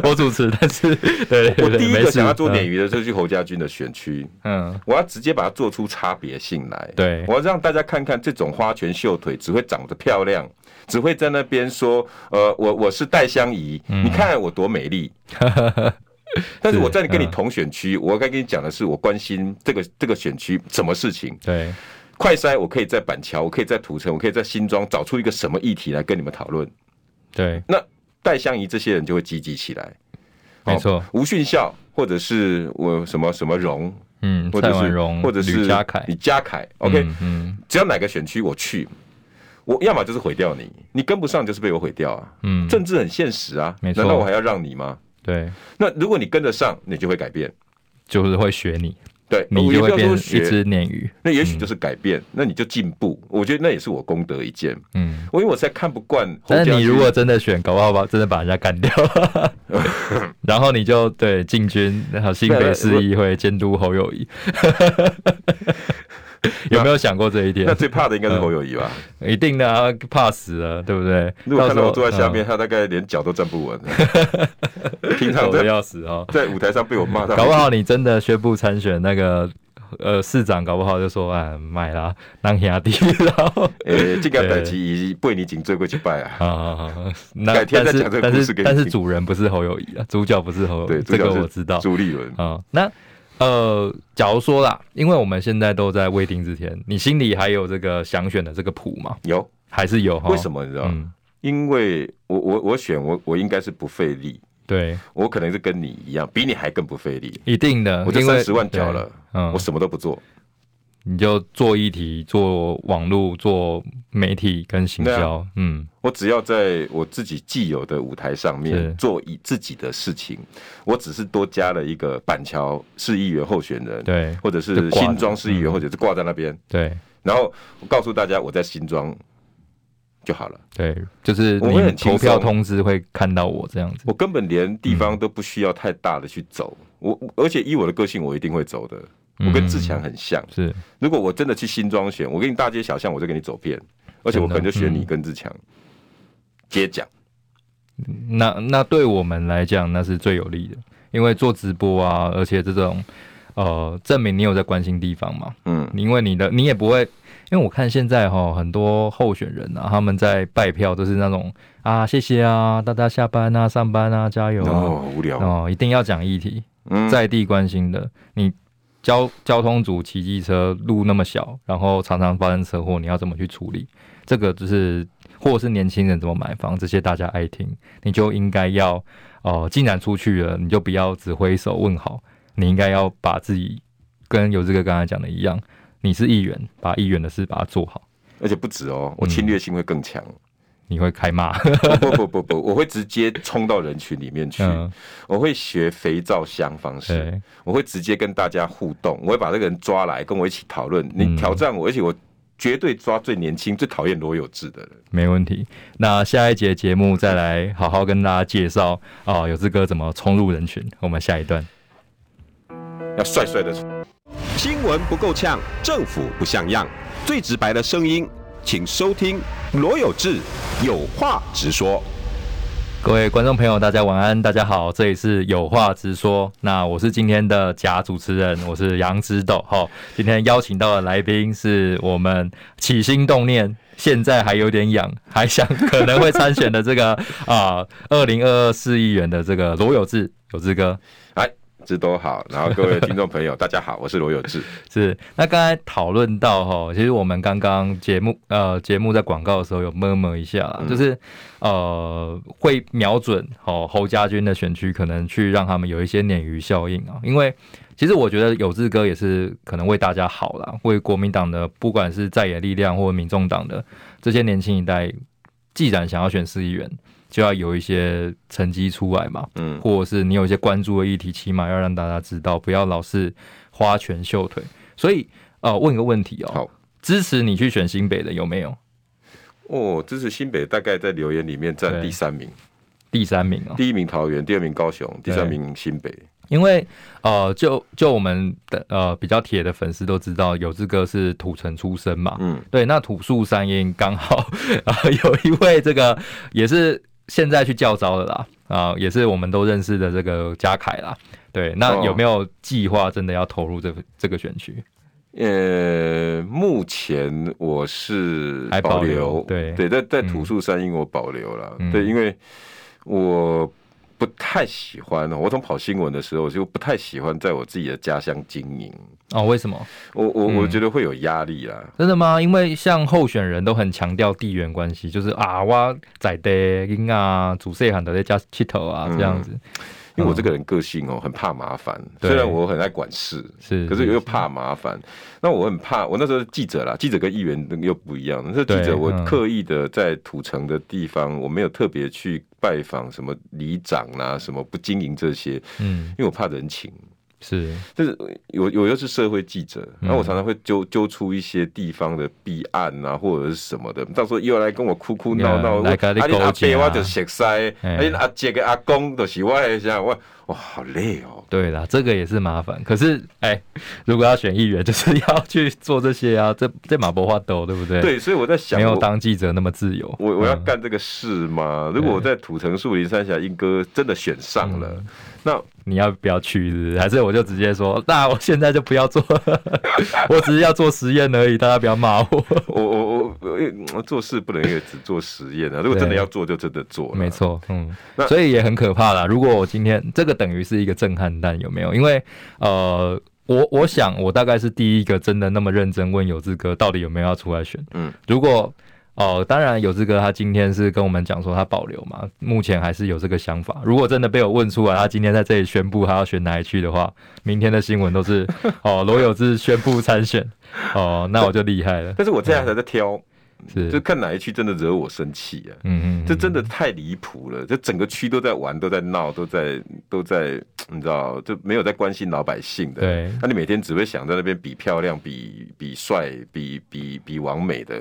B: 我主持，但 是对对对
A: 我第一
B: 没
A: 个
B: 事
A: 想要做鲶
B: 嗯
A: 鱼的就是去侯家军的选区，
B: 嗯，
A: 我要直接把它做出差别性来。
B: 对
A: 我要让大家看看这种花拳绣腿只会长得漂亮，只会在那边说，呃，我我是戴香怡，
B: 嗯
A: 你看我多美 丽。但是我在跟你
B: 嗯
A: 同选区，我该跟你讲的是，我关心这个这个选区什么事情。
B: 对，
A: 快筛，我可以在板桥，我可以在土城，我可以在新庄找出一个什么议题来跟你们讨论。
B: 对，
A: 那戴香怡这些人就会积极起来。
B: 没错
A: 哦，吴训孝或者是我什么什么荣，
B: 嗯，
A: 或
B: 蔡
A: 者
B: 婉
A: 是
B: 容，
A: 或者是
B: 吕嘉凯
A: 李嘉凯，OK，、
B: 嗯嗯
A: 只要哪个选区我去，我要么就是毁掉你，你跟不上就是被我毁掉啊。
B: 嗯，
A: 政治很现实啊，
B: 没
A: 难
B: 错
A: 道我还要让你吗？
B: 对，
A: 那如果你跟得上，你就会改变。
B: 就是会学你，
A: 对，
B: 你
A: 哦我也
B: 就
A: 不
B: 会
A: 要
B: 变
A: 说
B: 一嗯
A: 学，
B: 只鲶鱼，
A: 那也许就是改变，那你就进步。我觉得那也是我功德一件。
B: 嗯。
A: 我因为我实在看不惯侯家
B: 但
A: 军，
B: 是你如果真的选，搞不好把真的把人家干掉，然后你就对进军好新北市议会监督 侯友谊，有没有想过这一
A: 那
B: 点？
A: 最怕的应该是侯友谊吧？
B: 一定的啊，怕死了，对不对？
A: 如果看到我坐在下面，
B: 嗯
A: 他大概连脚都站不 稳。平常
B: 丑的
A: 在
B: 要死哦，
A: 在舞台上被我骂到，
B: 搞不好你真的宣布参选那个。呃，市长搞不好就说，哎，买啦，当兄弟， 然后
A: 诶，欸这个代志已被你颈椎过去拜啊。
B: 啊，那
A: 改天再
B: 但是
A: 讲这个
B: 但
A: 故
B: 是
A: 事给你
B: 但是
A: 听
B: 主人不是侯友谊啊，主角不是侯友
A: 对，
B: 谊，这个
A: 主角是
B: 我知道。
A: 朱立伦，
B: 啊、那呃，假如说啦，因为我们现在都在未定之前，你心里还有这个想选的这个谱吗？
A: 有
B: 还是有哈？
A: 为什？么你知道？
B: 嗯，
A: 因为我我我选我我应该是不费力，
B: 对，
A: 我可能是跟你一样，比你还更不费力。
B: 一定的，
A: 我就
B: 呃因为
A: 三十万缴了
B: 对，嗯
A: 我什么都不做，
B: 你就做议题、做网络、做媒体跟行
A: 对啊
B: 销，嗯，
A: 我只要在我自己既有的舞台上
B: 是
A: 面做以自己的事情，我只是多加了一个板桥市议员候选人，
B: 对
A: 或者
B: 就挂
A: 是
B: 着
A: 新庄市议员，
B: 嗯
A: 或者是挂在那边，
B: 对
A: 然后我告诉大家我在新庄就好了，
B: 对，就是
A: 我会
B: 你
A: 很轻
B: 投票
A: 松
B: 通知会看到我这样子，
A: 我根本连地方
B: 嗯
A: 都不需要太大的去走，我我而且依我的个性，我一定会走的。
B: 嗯
A: 我跟志强很像，
B: 是
A: 如果我真的去新庄选，我给你大街小巷，我就给你走遍，而且我可能就
B: 嗯
A: 选你跟志强接讲。
B: 那那对我们来讲那是最有利的，因为做直播啊，而且这种呃证明你有在关心地方嘛，
A: 嗯，
B: 因为你的你也不会，因为我看现在哈很多候选人啊，他们在拜票都是那种啊谢谢啊，大家下班啊、上班啊，加油啊，
A: 哦，无聊。
B: 哦一定要讲议题，
A: 嗯，
B: 在地关心的你。交交通组骑机车路那么小，然后常常发生车祸，你要怎么去处理？这个就是，或者是年轻人怎么买房，这些大家爱听，你就应该要，呃，既然出去了，你就不要只挥手问好，你应该要把自己跟有这个刚才讲的一样，你是议员，把议员的事把它做好，
A: 而且不止
B: 嗯
A: 哦，我侵略性会更强。
B: 你会开骂，
A: 不不不不，我会直接冲到人群里面去，
B: 嗯，
A: 我会学肥皂箱方式，
B: 对，
A: 我会直接跟大家互动，我会把这个人抓来跟我一起讨论。
B: 嗯
A: 你挑战我，而且我绝对抓最年轻、最讨厌罗有志的人。
B: 没问题。那下一节节目再来好好跟大家介绍啊、有志哥怎么冲入人群，我们下一段。
A: 要帅帅的，
C: 新闻不够呛，政府不像样，最直白的声音，请收听罗有志有话直说。
B: 各位观众朋友，大家晚安，大家好，这里是有话直说。那我是今天的假主持人，我是杨之斗。哈，今天邀请到的来宾是我们起心动念，现在还有点痒，还想可能会参选的这个啊，二零二二市议员的这个罗有志，有志哥
A: 哎，这都好。然后各位听众朋友，大 家好，我是罗有志。
B: 是。那刚才讨论到哈，其实我们刚刚节目呃节目在广告的时候有摸摸一下啦，
A: 嗯
B: 就是呃，会瞄准哦侯家军的选区，可能去让他们有一些鲶鱼效应啊。因为其实我觉得有志哥也是可能为大家好啦，为国民党的不管是在野力量或民众党的这些年轻一代，既然想要选市议员，就要有一些成绩出来嘛，
A: 嗯
B: 或者是你有一些关注的议题，起码要让大家知道，不要老是花拳绣腿。所以呃，问一个问题哦
A: 好，
B: 支持你去选新北的有没有？
A: 哦，支持新北大概在留言里面占
B: 对
A: 第三名，
B: 第三名哦，
A: 第一名桃园，第二名高雄，第三
B: 对
A: 名新北。
B: 因为呃，就就我们的呃比较铁的粉丝都知道，有志哥是土城出身嘛，
A: 嗯，
B: 对，那土树山阴刚好 啊、有一位这个也是现在去教招的啦，啊、也是我们都认识的这个嘉凯啦，对，那
A: 哦
B: 有没有计划真的要投入这个这个选区？
A: 呃，目前我是
B: 还保
A: 保
B: 留
A: 留，
B: 对
A: 对，在在
B: 嗯
A: 土树山因我保留了，
B: 嗯
A: 对，因为我不太喜欢哦，我从跑新闻的时候我就不太喜欢在我自己的家乡经营，
B: 哦，为什么？
A: 我我我
B: 嗯
A: 觉得会有压力啦。
B: 真的吗？因为像候选人都很强调地缘关系，就是啊，我在地因啊，主细喊的在家剃头
A: 嗯
B: 啊，这样子、
A: 因为我这个人个性哦，很怕麻烦。
B: 嗯对
A: 虽然我很爱管事，
B: 是，
A: 可是又怕麻烦。那我很怕，我那时候是记者啦，记者跟议员又不一样。那时候记
B: 对
A: 者，我
B: 嗯
A: 刻意的在土城的地方，我没有特别去拜访什么里长啦，什么不经营这些，
B: 嗯
A: 因为我怕人情。
B: 是
A: 就是有有又是社会记者，
B: 嗯
A: 那我常常会揪揪出一一些地方的弊案啊，或者是什么的，到时候又来跟我哭哭闹闹，
B: Yeah，
A: 我
B: 来跟你
A: 啊你阿
B: 勾结啊
A: 伯我就熟悉，啊你阿姐跟阿公都是我的，这样我哇好累哦。
B: 对啦，这个也是麻烦。可是，哎、如果要选议员，就是要去做这些啊，这这马博话斗，对不对？，
A: 对，所以我在想，
B: 没有
A: 我
B: 当记者那么自由。
A: 我我要
B: 嗯
A: 干这个事吗？如果我在土城树林三峡英哥真的选上了，
B: 嗯
A: 那
B: 你要不要去是不是还是我就直接说，那我现在就不要做， 我只是要做实验而已，大家不要骂我。
A: 我我我我我做事不能也只做实验啊！如果真的要做，就真的做了。
B: 没，错，嗯，
A: 那
B: 所以也很可怕啦。如果我今天这个等于是一个震撼弹，有没有？因为呃，我我想我大概是第一个真的那么认真问有志哥到底有没有要出来选。
A: 嗯，
B: 如果哦，当然有志哥他今天是跟我们讲说他保留嘛，目前还是有这个想法。如果真的被我问出来，他今天在这里宣布他要选哪一区的话，明天的新闻 都是哦罗有志宣布参选，哦那我就 厉害了，
A: 但是我这样还在挑，
B: 是，
A: 就看哪一区真的惹我生气啊！
B: 嗯嗯嗯，
A: 这真的太离谱了，这整个区都在玩，都在闹，都在都在，你知道，就没有在关心老百姓的。
B: 对
A: 那、你每天只会想在那边比漂亮、比比帅、比比比完美的，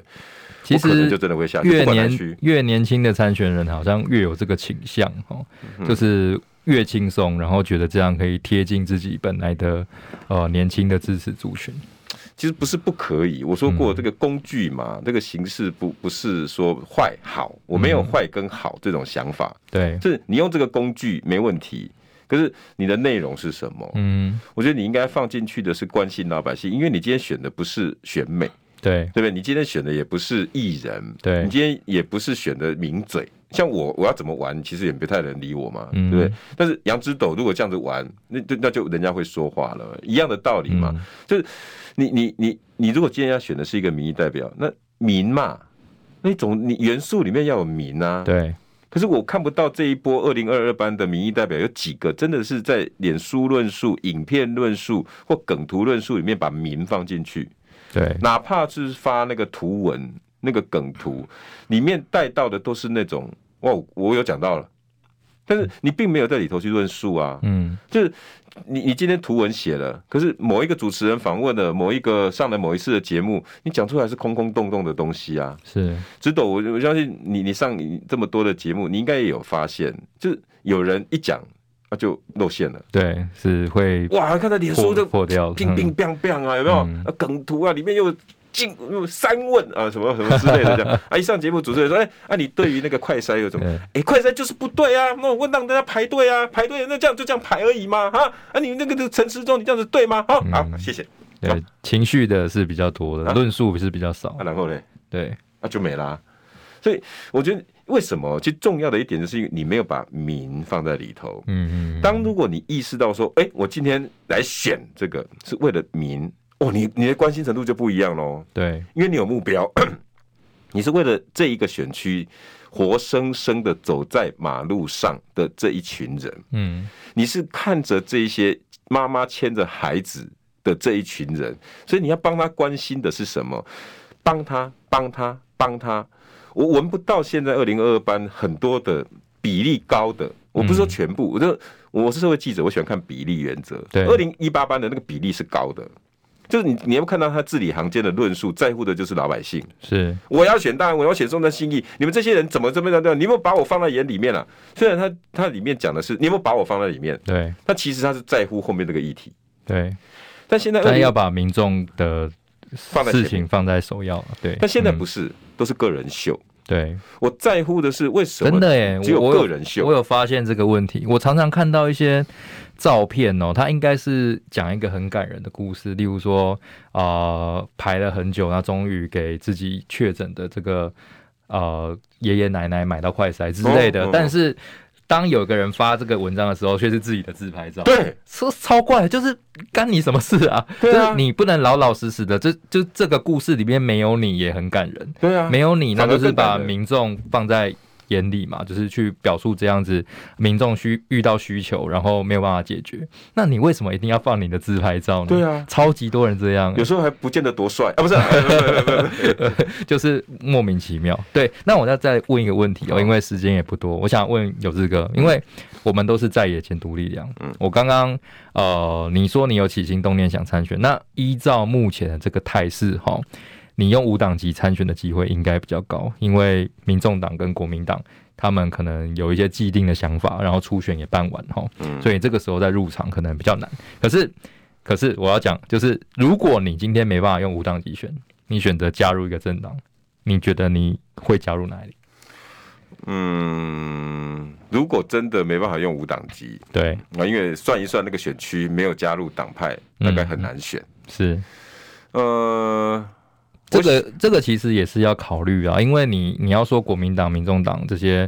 B: 其
A: 我可能
B: 实
A: 啊就真的会下去，
B: 越
A: 不管哪
B: 年
A: 区。
B: 越年轻的参选人好像越有这个倾向哦，
A: 嗯
B: 就是越轻松，然后觉得这样可以贴近自己本来的呃年轻的支持族群。
A: 其实不是不可以，我说过这
B: 嗯
A: 个工具嘛，这个形式不不是说坏好，我
B: 嗯
A: 没有坏跟好这种想法，
B: 对，
A: 就是你用这个工具没问题，可是你的内容是什么？
B: 嗯，
A: 我觉得你应该放进去的是关心老百姓，因为你今天选的不是选美，
B: 对，
A: 对不对？你今天选的也不是艺人，
B: 对
A: 你今天也不是选的名嘴。像我，我要怎么玩，其实也不太能理我嘛，
B: 嗯
A: 对不对？但是杨之斗如果这样子玩，那那那就人家会说话了，一样的道理
B: 嗯
A: 嘛。就是你你你你，如果今天要选的是一个民意代表，那民嘛，那种你元素里面要有民啊。
B: 对，
A: 可是我看不到这一波二零二二班的民意代表有几个真的是在脸书论述、影片论述或梗图论述里面把民放进去，
B: 对，
A: 哪怕是发那个图文、那个梗图，里面带到的都是那种哇，我有讲到了，但是你并没有在里头去论述啊。
B: 嗯，
A: 就是你你今天图文写了，可是某一个主持人访问了某一个上了某一次的节目，你讲出来是空空洞洞的东西啊。
B: 是，
A: 直斗，我我相信你，你上你这么多的节目，你应该也有发现，就是有人一讲啊就露馅了，
B: 对，是会
A: 哇，看他脸书
B: 破
A: 就
B: 破掉，
A: 乒乒
B: 嗯
A: 乓乓啊，有没有、
B: 嗯
A: 啊、梗图啊，里面又。进又三问啊，什么什么之类的，这样啊，一上节目主持人说，哎、啊，你对于那个快筛有什么？哎、
B: 对
A: 快筛就是不对啊，那我让大家排队啊，排队，那这样就这样排而已嘛，哈，啊，你那个陈时中，你这样子对吗？好、好，谢谢。
B: 对，情绪的是比较多的，
A: 啊
B: 论述是比较少
A: 啊，，然后嘞，
B: 对，
A: 那、就没啦、所以我觉得为什么，其实重要的一点就是因为你没有把民放在里头。
B: 嗯嗯，
A: 当如果你意识到说，哎、我今天来选这个是为了民，哦，你你的关心程度就不一样喽，
B: 对，
A: 因为你有目标，你是为了这一个选区活生生的走在马路上的这一群人，
B: 嗯，
A: 你是看着这一些妈妈牵着孩子的这一群人，所以你要帮他关心的是什么？帮他，帮他，帮他。我闻不到现在二零二二班很多的比例高的，我不是说全部，我就我是社会记者，我喜欢看比例原则。
B: 对
A: 二零一八班的那个比例是高的，就是你你要看到他字里行间的论述，在乎的就是老百姓。
B: 是，
A: 我要选大安，我要选中山新义，你们这些人怎么这么样？你有没有把我放在眼里面啊？虽然他他里面讲的是，你有没有把我放在里面？
B: 对
A: 他其实他是在乎后面这个议题，
B: 对，
A: 但 现在
B: 但要嗯把民众的
A: 放在前
B: 事
A: 面
B: 情放在首要，对，
A: 但现在
B: 嗯
A: 不是，都是个人秀。
B: 对，
A: 我在乎的是为什么
B: 真的耶，
A: 只有
B: 我我
A: 个人秀
B: 我有发现这个问题，我常常看到一些照片哦，它应该是讲一个很感人的故事，例如说啊、呃排了很久，那终于给自己确诊的这个呃爷爷奶奶买到快筛之类的，
A: 哦哦
B: 但是当有个人发这个文章的时候，却是自己的自拍照。
A: 对
B: 说超怪，就是干你什么事啊？
A: 对啊
B: 就是你不能老老实实的，这就这个故事里面没有你也很感人。
A: 对啊，
B: 没有你，那
A: 反而
B: 就是
A: 更感
B: 把
A: 人
B: 民众放在眼里嘛，就是去表述这样子，民众需遇到需求，然后没有办法解决，那你为什么一定要放你的自拍照呢？
A: 对啊
B: 超级多人这样、啊
A: 有时候还不见得多帅 啊，不是、啊不是不是不是不是
B: 就是莫名其妙。对，那我要再问一个问题哦，
A: 好
B: 因为时间也不多，我想问有志哥，因为我们都是在野监督力量。嗯，我刚刚呃，你说你有起心动念想参选，那依照目前的这个态势哈，你用无党籍参选的机会应该比较高，因为民众党跟国民党。他们可能有一些既定的想法，然后初选也办完哈，
A: 嗯
B: 所以这个时候再入场可能比较难。可是，可是我要讲，就是如果你今天没办法用无党籍选，你选择加入一个政党，你觉得你会加入哪里？
A: 嗯，如果真的没办法用无党籍
B: 对，
A: 啊，因为算一算那个选区没有加入党派，大概很难选。
B: 是嗯
A: 呃，
B: 这个这个其实也是要考虑啊，因为你你要说国民党、民众党这些，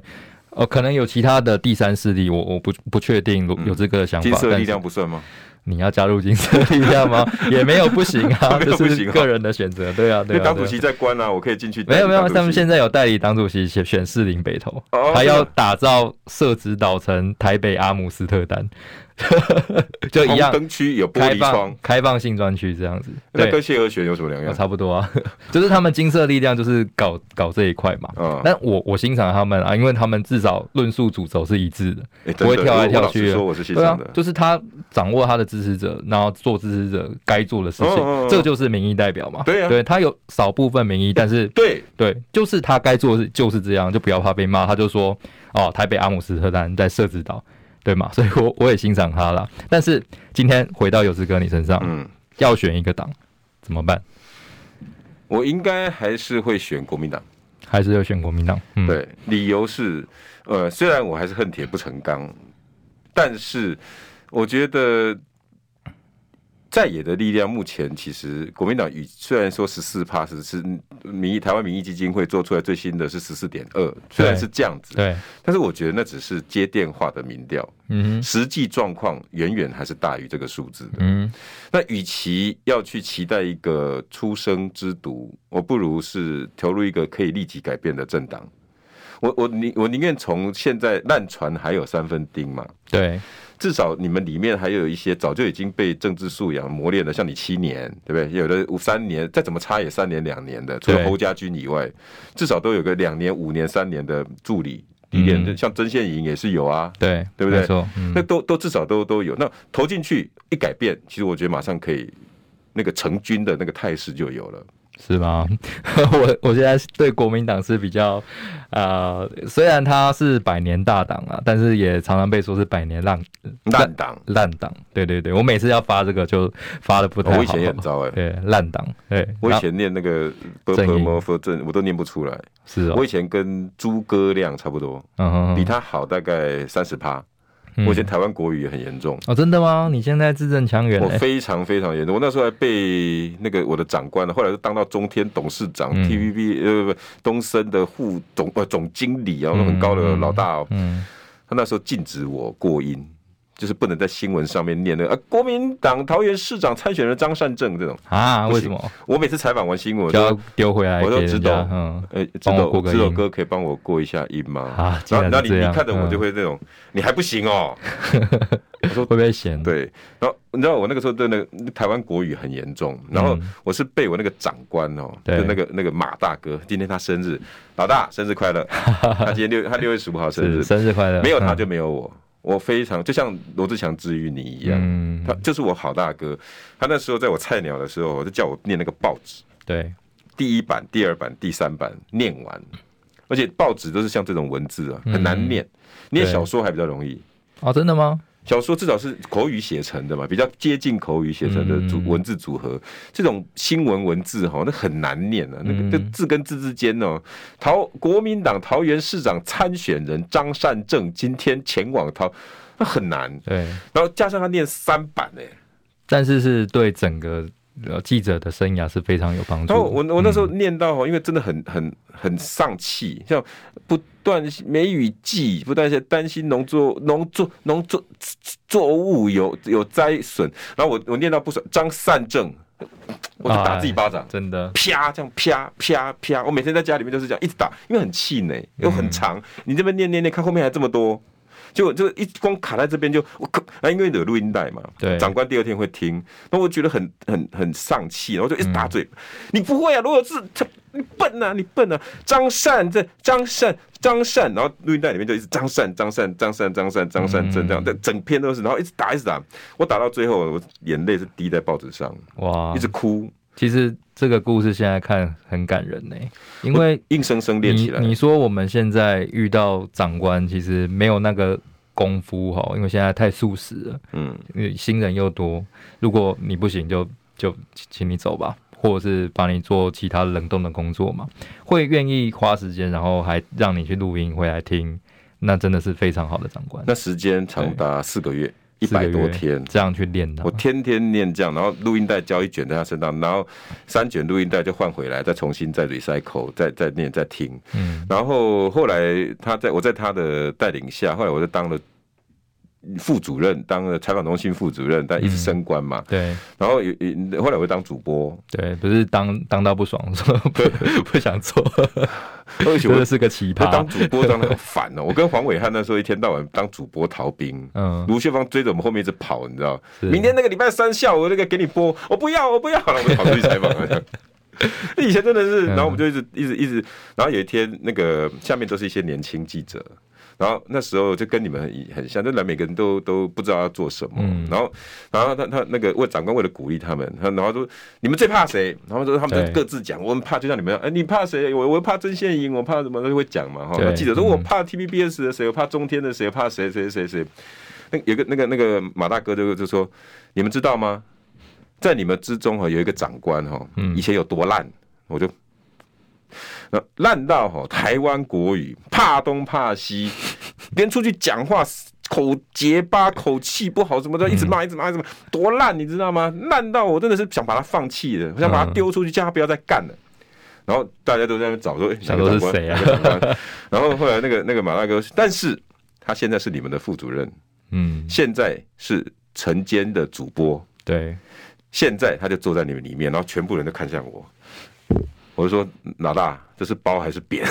B: 呃，可能有其他的第三势力，我我不不确定有有这个想法，
A: 嗯金色
B: 但
A: 力
B: 是
A: 量不算吗？
B: 你要加入金色力量吗？ 也没有不行啊，
A: 没有
B: 这
A: 不
B: 是
A: 行啊
B: 个人的选择。对啊，
A: 因
B: 对
A: 为
B: 啊，
A: 党主
B: 对啊
A: 席在关啊，我可以进去代
B: 没
A: 理党主席。
B: 有没有，他们现在有代理党主席选选士林北投，
A: 哦真
B: 他
A: 的
B: 要打造社指导成台北阿姆斯特丹， 就一样
A: 红灯区有玻
B: 开
A: 璃窗
B: 放，开放性专区这样子。
A: 那
B: 对，
A: 跟谢和弦有什么两
B: 哦
A: 样？
B: 差不多啊， 就是他们金色力量就是搞搞这一块嘛。
A: 嗯
B: 但我我欣赏他们啊，因为他们至少论述主轴是一致的，
A: 诶
B: 不会
A: 哎真的
B: 跳来
A: 我
B: 跳
A: 老实
B: 去的
A: 说我是欣
B: 对啊
A: 赏的，。
B: 就是他掌握他的支持者，然后做支持者该做的事情，
A: 嗯嗯嗯
B: 这就是民意代表嘛。
A: 对啊
B: 对他有少部分民意，但是
A: 对，
B: 对，就是他该做的事就是这样，就不要怕被骂。他就说哦，台北阿姆斯特丹在社指导，对嘛？所以我我也欣赏他啦。但是今天回到有志哥你身上，
A: 嗯，
B: 要选一个党怎么办？
A: 我应该还是会选国民党。
B: 还是要选国民党？嗯，，
A: 对，理由是，呃，虽然我还是恨铁不成钢，但是我觉得在野的力量目前其实国民党与虽然说十四趴是是民意台湾民意基金会做出来最新的是十四点二，虽然
B: 对
A: 是这样子，
B: 对，
A: 但是我觉得那只是接电话的民调，
B: 嗯哼
A: 实际状况远远还是大于这个数字的。
B: 嗯
A: 那与其要去期待一个出生之毒，我不如是投入一个可以立即改变的政党。我我宁我宁愿从现在烂船还有三分钉嘛，
B: 对，
A: 至少你们里面还有一些早就已经被政治素养磨练了，像你七年，对不对？有的五三年，再怎么差也三年两年的，除了
B: 对
A: 侯家军以外，至少都有个两年、五年、三年的助理历练，
B: 嗯
A: 像曾宪营也是有啊，
B: 对，
A: 对不对
B: 没错，嗯
A: 那，都都至少都都有。那投进去一改变，其实我觉得马上可以那个成军的那个态势就有了。
B: 是吗？ 我我现在对国民党是比较，呃，虽然他是百年大党啊，但是也常常被说是百年烂
A: 烂党，
B: 烂党。对对对，我每次要发这个就发的不太好。
A: 我以前也很糟哎、
B: 对，烂党。对，
A: 我以
B: 然后
A: 前念那个波
B: 正
A: 波
B: 音
A: 摩佛正，我都念不出来。
B: 是哦
A: 我，以前跟诸葛亮差不多，
B: 嗯哼哼
A: 比他好大概三十趴。
B: 嗯
A: 我以前台湾国语也很严重，
B: 哦，真的吗？你现在字正腔圆
A: 我
B: 嘞。
A: 非常非常严重。我那时候还被那个我的长官，后来就当到中天董事长、
B: 嗯
A: TVB 呃不不东森的副总呃总经理啊，那很高的老大、哦。
B: 嗯，
A: 他那时候禁止我过音，就是不能在新闻上面念那个、啊、国民党桃园市长参选人张善政这种。
B: 啊，
A: 不
B: 为
A: 行
B: 什么
A: 我每次采访完新闻，我
B: 就要
A: 都
B: 丢回来
A: 我
B: 给
A: 都知
B: 人
A: 道
B: 家？嗯，
A: 呃，知
B: 帮我
A: 道
B: 过个
A: 知道
B: 音
A: 哥可以帮我过一下音吗？
B: 啊，竟
A: 然后然
B: 然
A: 后
B: 是
A: 你
B: 这样
A: 你看着我就
B: 嗯
A: 会那种，你还不行哦。
B: 会不会嫌？
A: 对，然后你知道我那个时候对那个台湾国语很严重，然后我是被我那个长官哦，
B: 嗯对
A: 就那个那个马大哥，今天他生 日，老大生日快乐，他今天六他六月十五号生日
B: 是，生日快乐。
A: 没有他
B: 嗯
A: 就没有我，我非常就像罗志祥治愈你一样，
B: 嗯
A: 他就是我好大哥。他那时候在我菜鸟的时候，就叫我念那个报纸，
B: 对，
A: 第一版、第二版、第三版念完，而且报纸都是像这种文字啊，
B: 嗯
A: 很难念。念
B: 对
A: 小说还比较容易，
B: 哦，真的吗？
A: 小说至少是口语写成的嘛，比较接近口语写成的组
B: 嗯
A: 文字组合。这种新闻文字哈，那很难念啊，那
B: 嗯
A: 个这字跟字之间哦，桃国民党桃园市长参选人张善政今天前往桃，那很难。
B: 对，
A: 然后加上他念三版哎、
B: 但是是对整个呃记者的生涯是非常有帮助
A: 然
B: 的。
A: 后哦我我那时候
B: 嗯
A: 念到哦，因为真的很很很丧气，像不断梅雨季，不断是担心农作农作农作作物有有灾损，然后我我念到不爽，张善政，我就打自己巴掌。
B: 嗯真的，
A: 啪，这样啪啪啪！我每天在家里面就是这样一直打，因为很气馁，又很
B: 嗯
A: 长。你这边念念念，看后面还这么多，结果就一光卡在这边就我靠！啊，因为有录音带嘛，
B: 对
A: 长官第二天会听，那我觉得很很很丧气，然后就
B: 嗯
A: 一直打嘴。你不会啊，罗有志，他你笨啊，你笨啊！张善这张善张善，然后录音带里面就一直张善张善张善张善张善
B: 嗯
A: 这样，整整篇都是，然后一直打一直打，我打到最后，我眼泪是滴在报纸上，
B: 哇
A: 一！直哭，
B: 其实这个故事现在看很感人呢、因为
A: 硬生生练
B: 你
A: 起来。
B: 你说我们现在遇到长官，其实没有那个功夫哈，因为现在太速食了，
A: 嗯。
B: 因为新人又多，如果你不行就就请请你走吧。或者是把你做其他冷冻的工作嘛，会愿意花时间，然后还让你去录音回来听，那真的是非常好的长官。
A: 那时间长达四个月，一百多
B: 四个月啊
A: 天。
B: 这样去练的
A: 我，天天念这样，然后录音带交一卷在他身上，然后三卷录音带就换回来，再重新再 recycle，再再念再听。
B: 嗯
A: 然后后来他在我在他的带领下，后来我就当了副主任，当了采访中心副主任，但一直升官嘛。
B: 对
A: 然后有有后来我当主播，
B: 对，不是当当到不爽， 说不 不想做，
A: 而且
B: 真
A: 我
B: 的是个奇
A: 我哎当
B: 葩。
A: 主播当的好烦哦、我跟黄伟汉那时候一天到晚当主播逃兵，
B: 嗯，
A: 卢秀芳追着我们后面一直跑，你知道？
B: 是
A: 明天那个礼拜三下午那个给你播，我不要，我不要，然后我们跑出去 采访了。这样以前真的
B: 嗯
A: 是，然后我们就一直一直一直，然后有一天那个下面都是一些年轻记者，然后那时候就跟你们很很像，就来每个人都都不知道要做什么，
B: 嗯
A: 然后然后他他那个为长官为了鼓励他们，他然后说你们最怕谁？然后说他们
B: 对
A: 就各自讲，我们怕就像你们一样，哎、你怕谁？我我怕曾宪英，我怕什么？他就会讲嘛哈。
B: 对
A: 那记者说我
B: 嗯
A: 怕 TVBS 的谁，我怕中天的谁，我怕谁谁谁谁。那有个那个那个马大哥就就说，你们知道吗？在你们之中哈，有一个长官哈，
B: 嗯
A: 以前有多烂，我就那烂到哈，台湾国语怕东怕西，连出去讲话口结巴、口气不好什么的，一直
B: 嗯
A: 骂、一直骂、一直骂，多烂，你知道吗？烂到我真的是想把他放弃了，我想
B: 嗯
A: 把他丢出去，叫他不要再干了。然后大家都在那边找说，哎
B: 想说是谁啊？
A: 哪个长官哪个长官 然后后来那个那个马大哥，但是他现在是你们的副主任，
B: 嗯，
A: 现在是晨间的主播，
B: 对，
A: 现在他就坐在你们里面，然后全部人都看向我，我就说老大，这是包还是扁？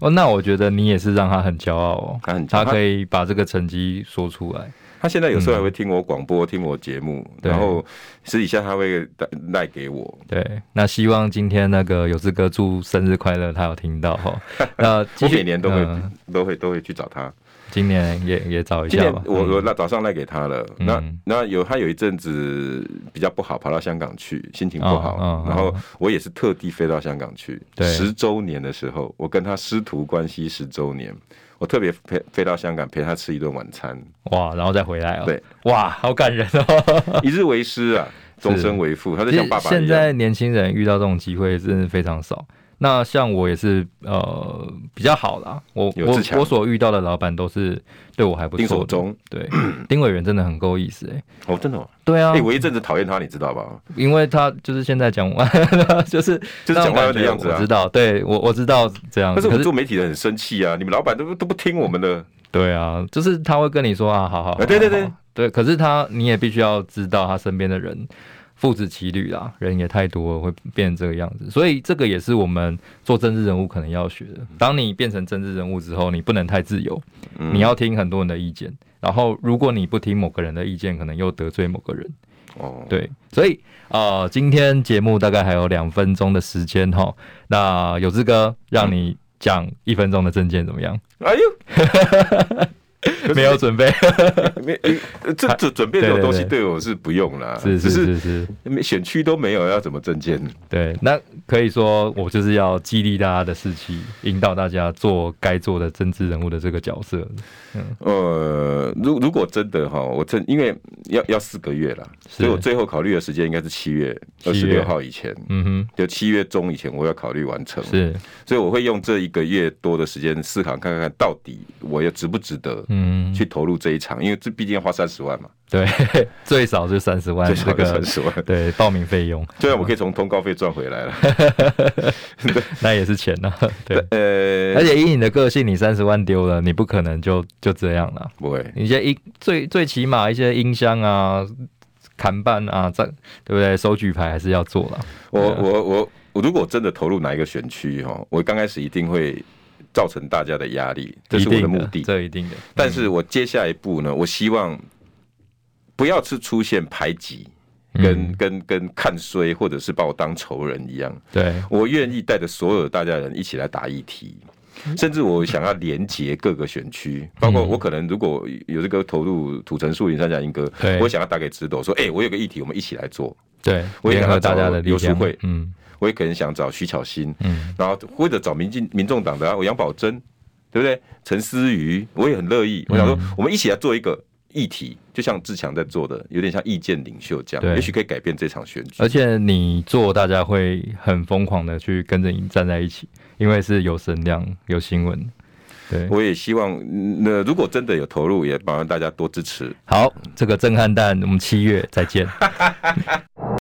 B: 哦，那我觉得你也是让他很骄傲哦，
A: 他很骄
B: 他
A: 傲
B: 可以把这个成绩说出来，
A: 他现在有时候还会听我广播、听我节目，
B: 嗯对
A: 然后私底下他会带带给我。
B: 对，那希望今天那个有志哥祝生日快乐，他有听 到哈。那继
A: 我
B: 续
A: 每年都会、
B: 嗯
A: 都会都会去找他。
B: 今年也也找一
A: 今
B: 下
A: 年
B: 吧。
A: 我
B: 嗯
A: 我那早上赖给他了。
B: 嗯
A: 那那有他有一阵子比较不好，跑到香港去，心情不好。
B: 哦哦
A: 然后我也是特地飞到香港去。
B: 对
A: 十周年的时候，我跟他师徒关系十周年，我特别飞飞到香港陪他吃一顿晚 餐。
B: 哇，然后再回来哦。
A: 对，
B: 哇，好感人哦。
A: 一日为师啊，终身为父。他就像爸爸
B: 现
A: 一样。
B: 在年轻人遇到这种机会真的非常少。那像我也是呃比较好啦，我
A: 有
B: 我
A: 自强
B: 我所遇到的老板都是对我还不
A: 丁守
B: 错的。
A: 中，
B: 对，丁委员真的很够意思哎、
A: 哦，真的、哦，
B: 对啊，
A: 哎、我一阵子讨厌他，你知道吧？
B: 因为他就是现在讲完， 就是
A: 就是
B: 那
A: 讲
B: 种
A: 话
B: 感
A: 的
B: 觉
A: 样子
B: 我
A: 啊
B: 知。道，对我我知道这样
A: 但
B: 子。
A: 是我
B: 可
A: 们
B: 是
A: 做媒体的很生气啊！你们老板都都不听我们的，
B: 对啊，就是他会跟你说啊，好好，好
A: 呃对对
B: 好
A: 对
B: 好对。可是他，你也必须要知道他身边的人父子骑侣啊，人也太多了，会变成这个样子。所以这个也是我们做政治人物可能要学的。当你变成政治人物之后，你不能太自由，
A: 嗯
B: 你要听很多人的意见。然后，如果你不听某个人的意见，可能又得罪某个人。
A: 哦，
B: 对，所以呃，今天节目大概还有两分钟的时间哈。那有志哥，让你讲一分钟的证件怎么样？
A: 哎呦，
B: 没有准备，
A: 没呃这准准备这种东西
B: 对
A: 对我 是不用啦，
B: 是是
A: 只
B: 是是，
A: 是选区都没有，要怎么证件？
B: 对。那可以说，我就是要激励大家的士气，引导大家做该做的政治人物的这个角色。
A: 呃，如如果真的哈，我真因为要要四个月啦，所以我最后考虑的时间应该是七月二十
B: 7月
A: 六号以前，
B: 嗯
A: 就七月中以前我要考虑完成
B: 哼，，是，
A: 所以我会用这一个月多的时间思考，看看到底我要值不值得
B: 嗯，
A: 去投入这一场，因为这毕竟要花三十万嘛，
B: 对， 最少就三十万
A: 最少
B: 哎这
A: 要
B: 个
A: 三。十 万。
B: 对，报名费用
A: 虽然我可以从通告费赚回来 了，
B: 那也是钱呐、对，
A: 呃，
B: 而且以你的个性，你三十万丢了，你不可能就就这样了。
A: 不会，
B: 一些音最最起码一些音箱啊、砍板啊，这对不对？手举牌还是要做了。
A: 我
B: 对啊
A: 我我我如果真的投入哪一个选区哈，我刚开始一定会造成大家的压力，这是我
B: 一定
A: 目的。
B: 这一定的。
A: 但是我接下一步呢，我希望不要是出现排挤。跟
B: 嗯
A: 跟跟看衰，或者是把我当仇人一样，
B: 对，
A: 我愿意带着所有大家人一起来打议题，甚至我想要连接各个选区，包
B: 嗯
A: 括我可能如果有这个投入土城树林三峡莺歌
B: 对，
A: 我想要打给直斗说，哎、我有个议题，我们一起来做。
B: 对，
A: 我也
B: 联
A: 想
B: 合
A: 要
B: 大
A: 找
B: 家的力
A: 游淑
B: 量。
A: 慧
B: 嗯
A: 我也可能想找徐巧芯，
B: 嗯，
A: 然后或者找民进民众党的、啊、我杨宝珍，对不对？陈思瑜，我也很乐意。
B: 嗯
A: 我想说，我们一起来做一个议题，就像志强在做的，有点像意见领袖这
B: 对
A: 样，也许可以改变这场选举
B: 而。且你做，大家会很疯狂的去跟着你站在一起，因为是有声量、有新闻。对，
A: 我也希望，嗯那如果真的有投入，也麻烦大家多支持。
B: 好，这个震撼弹，我们七月再见。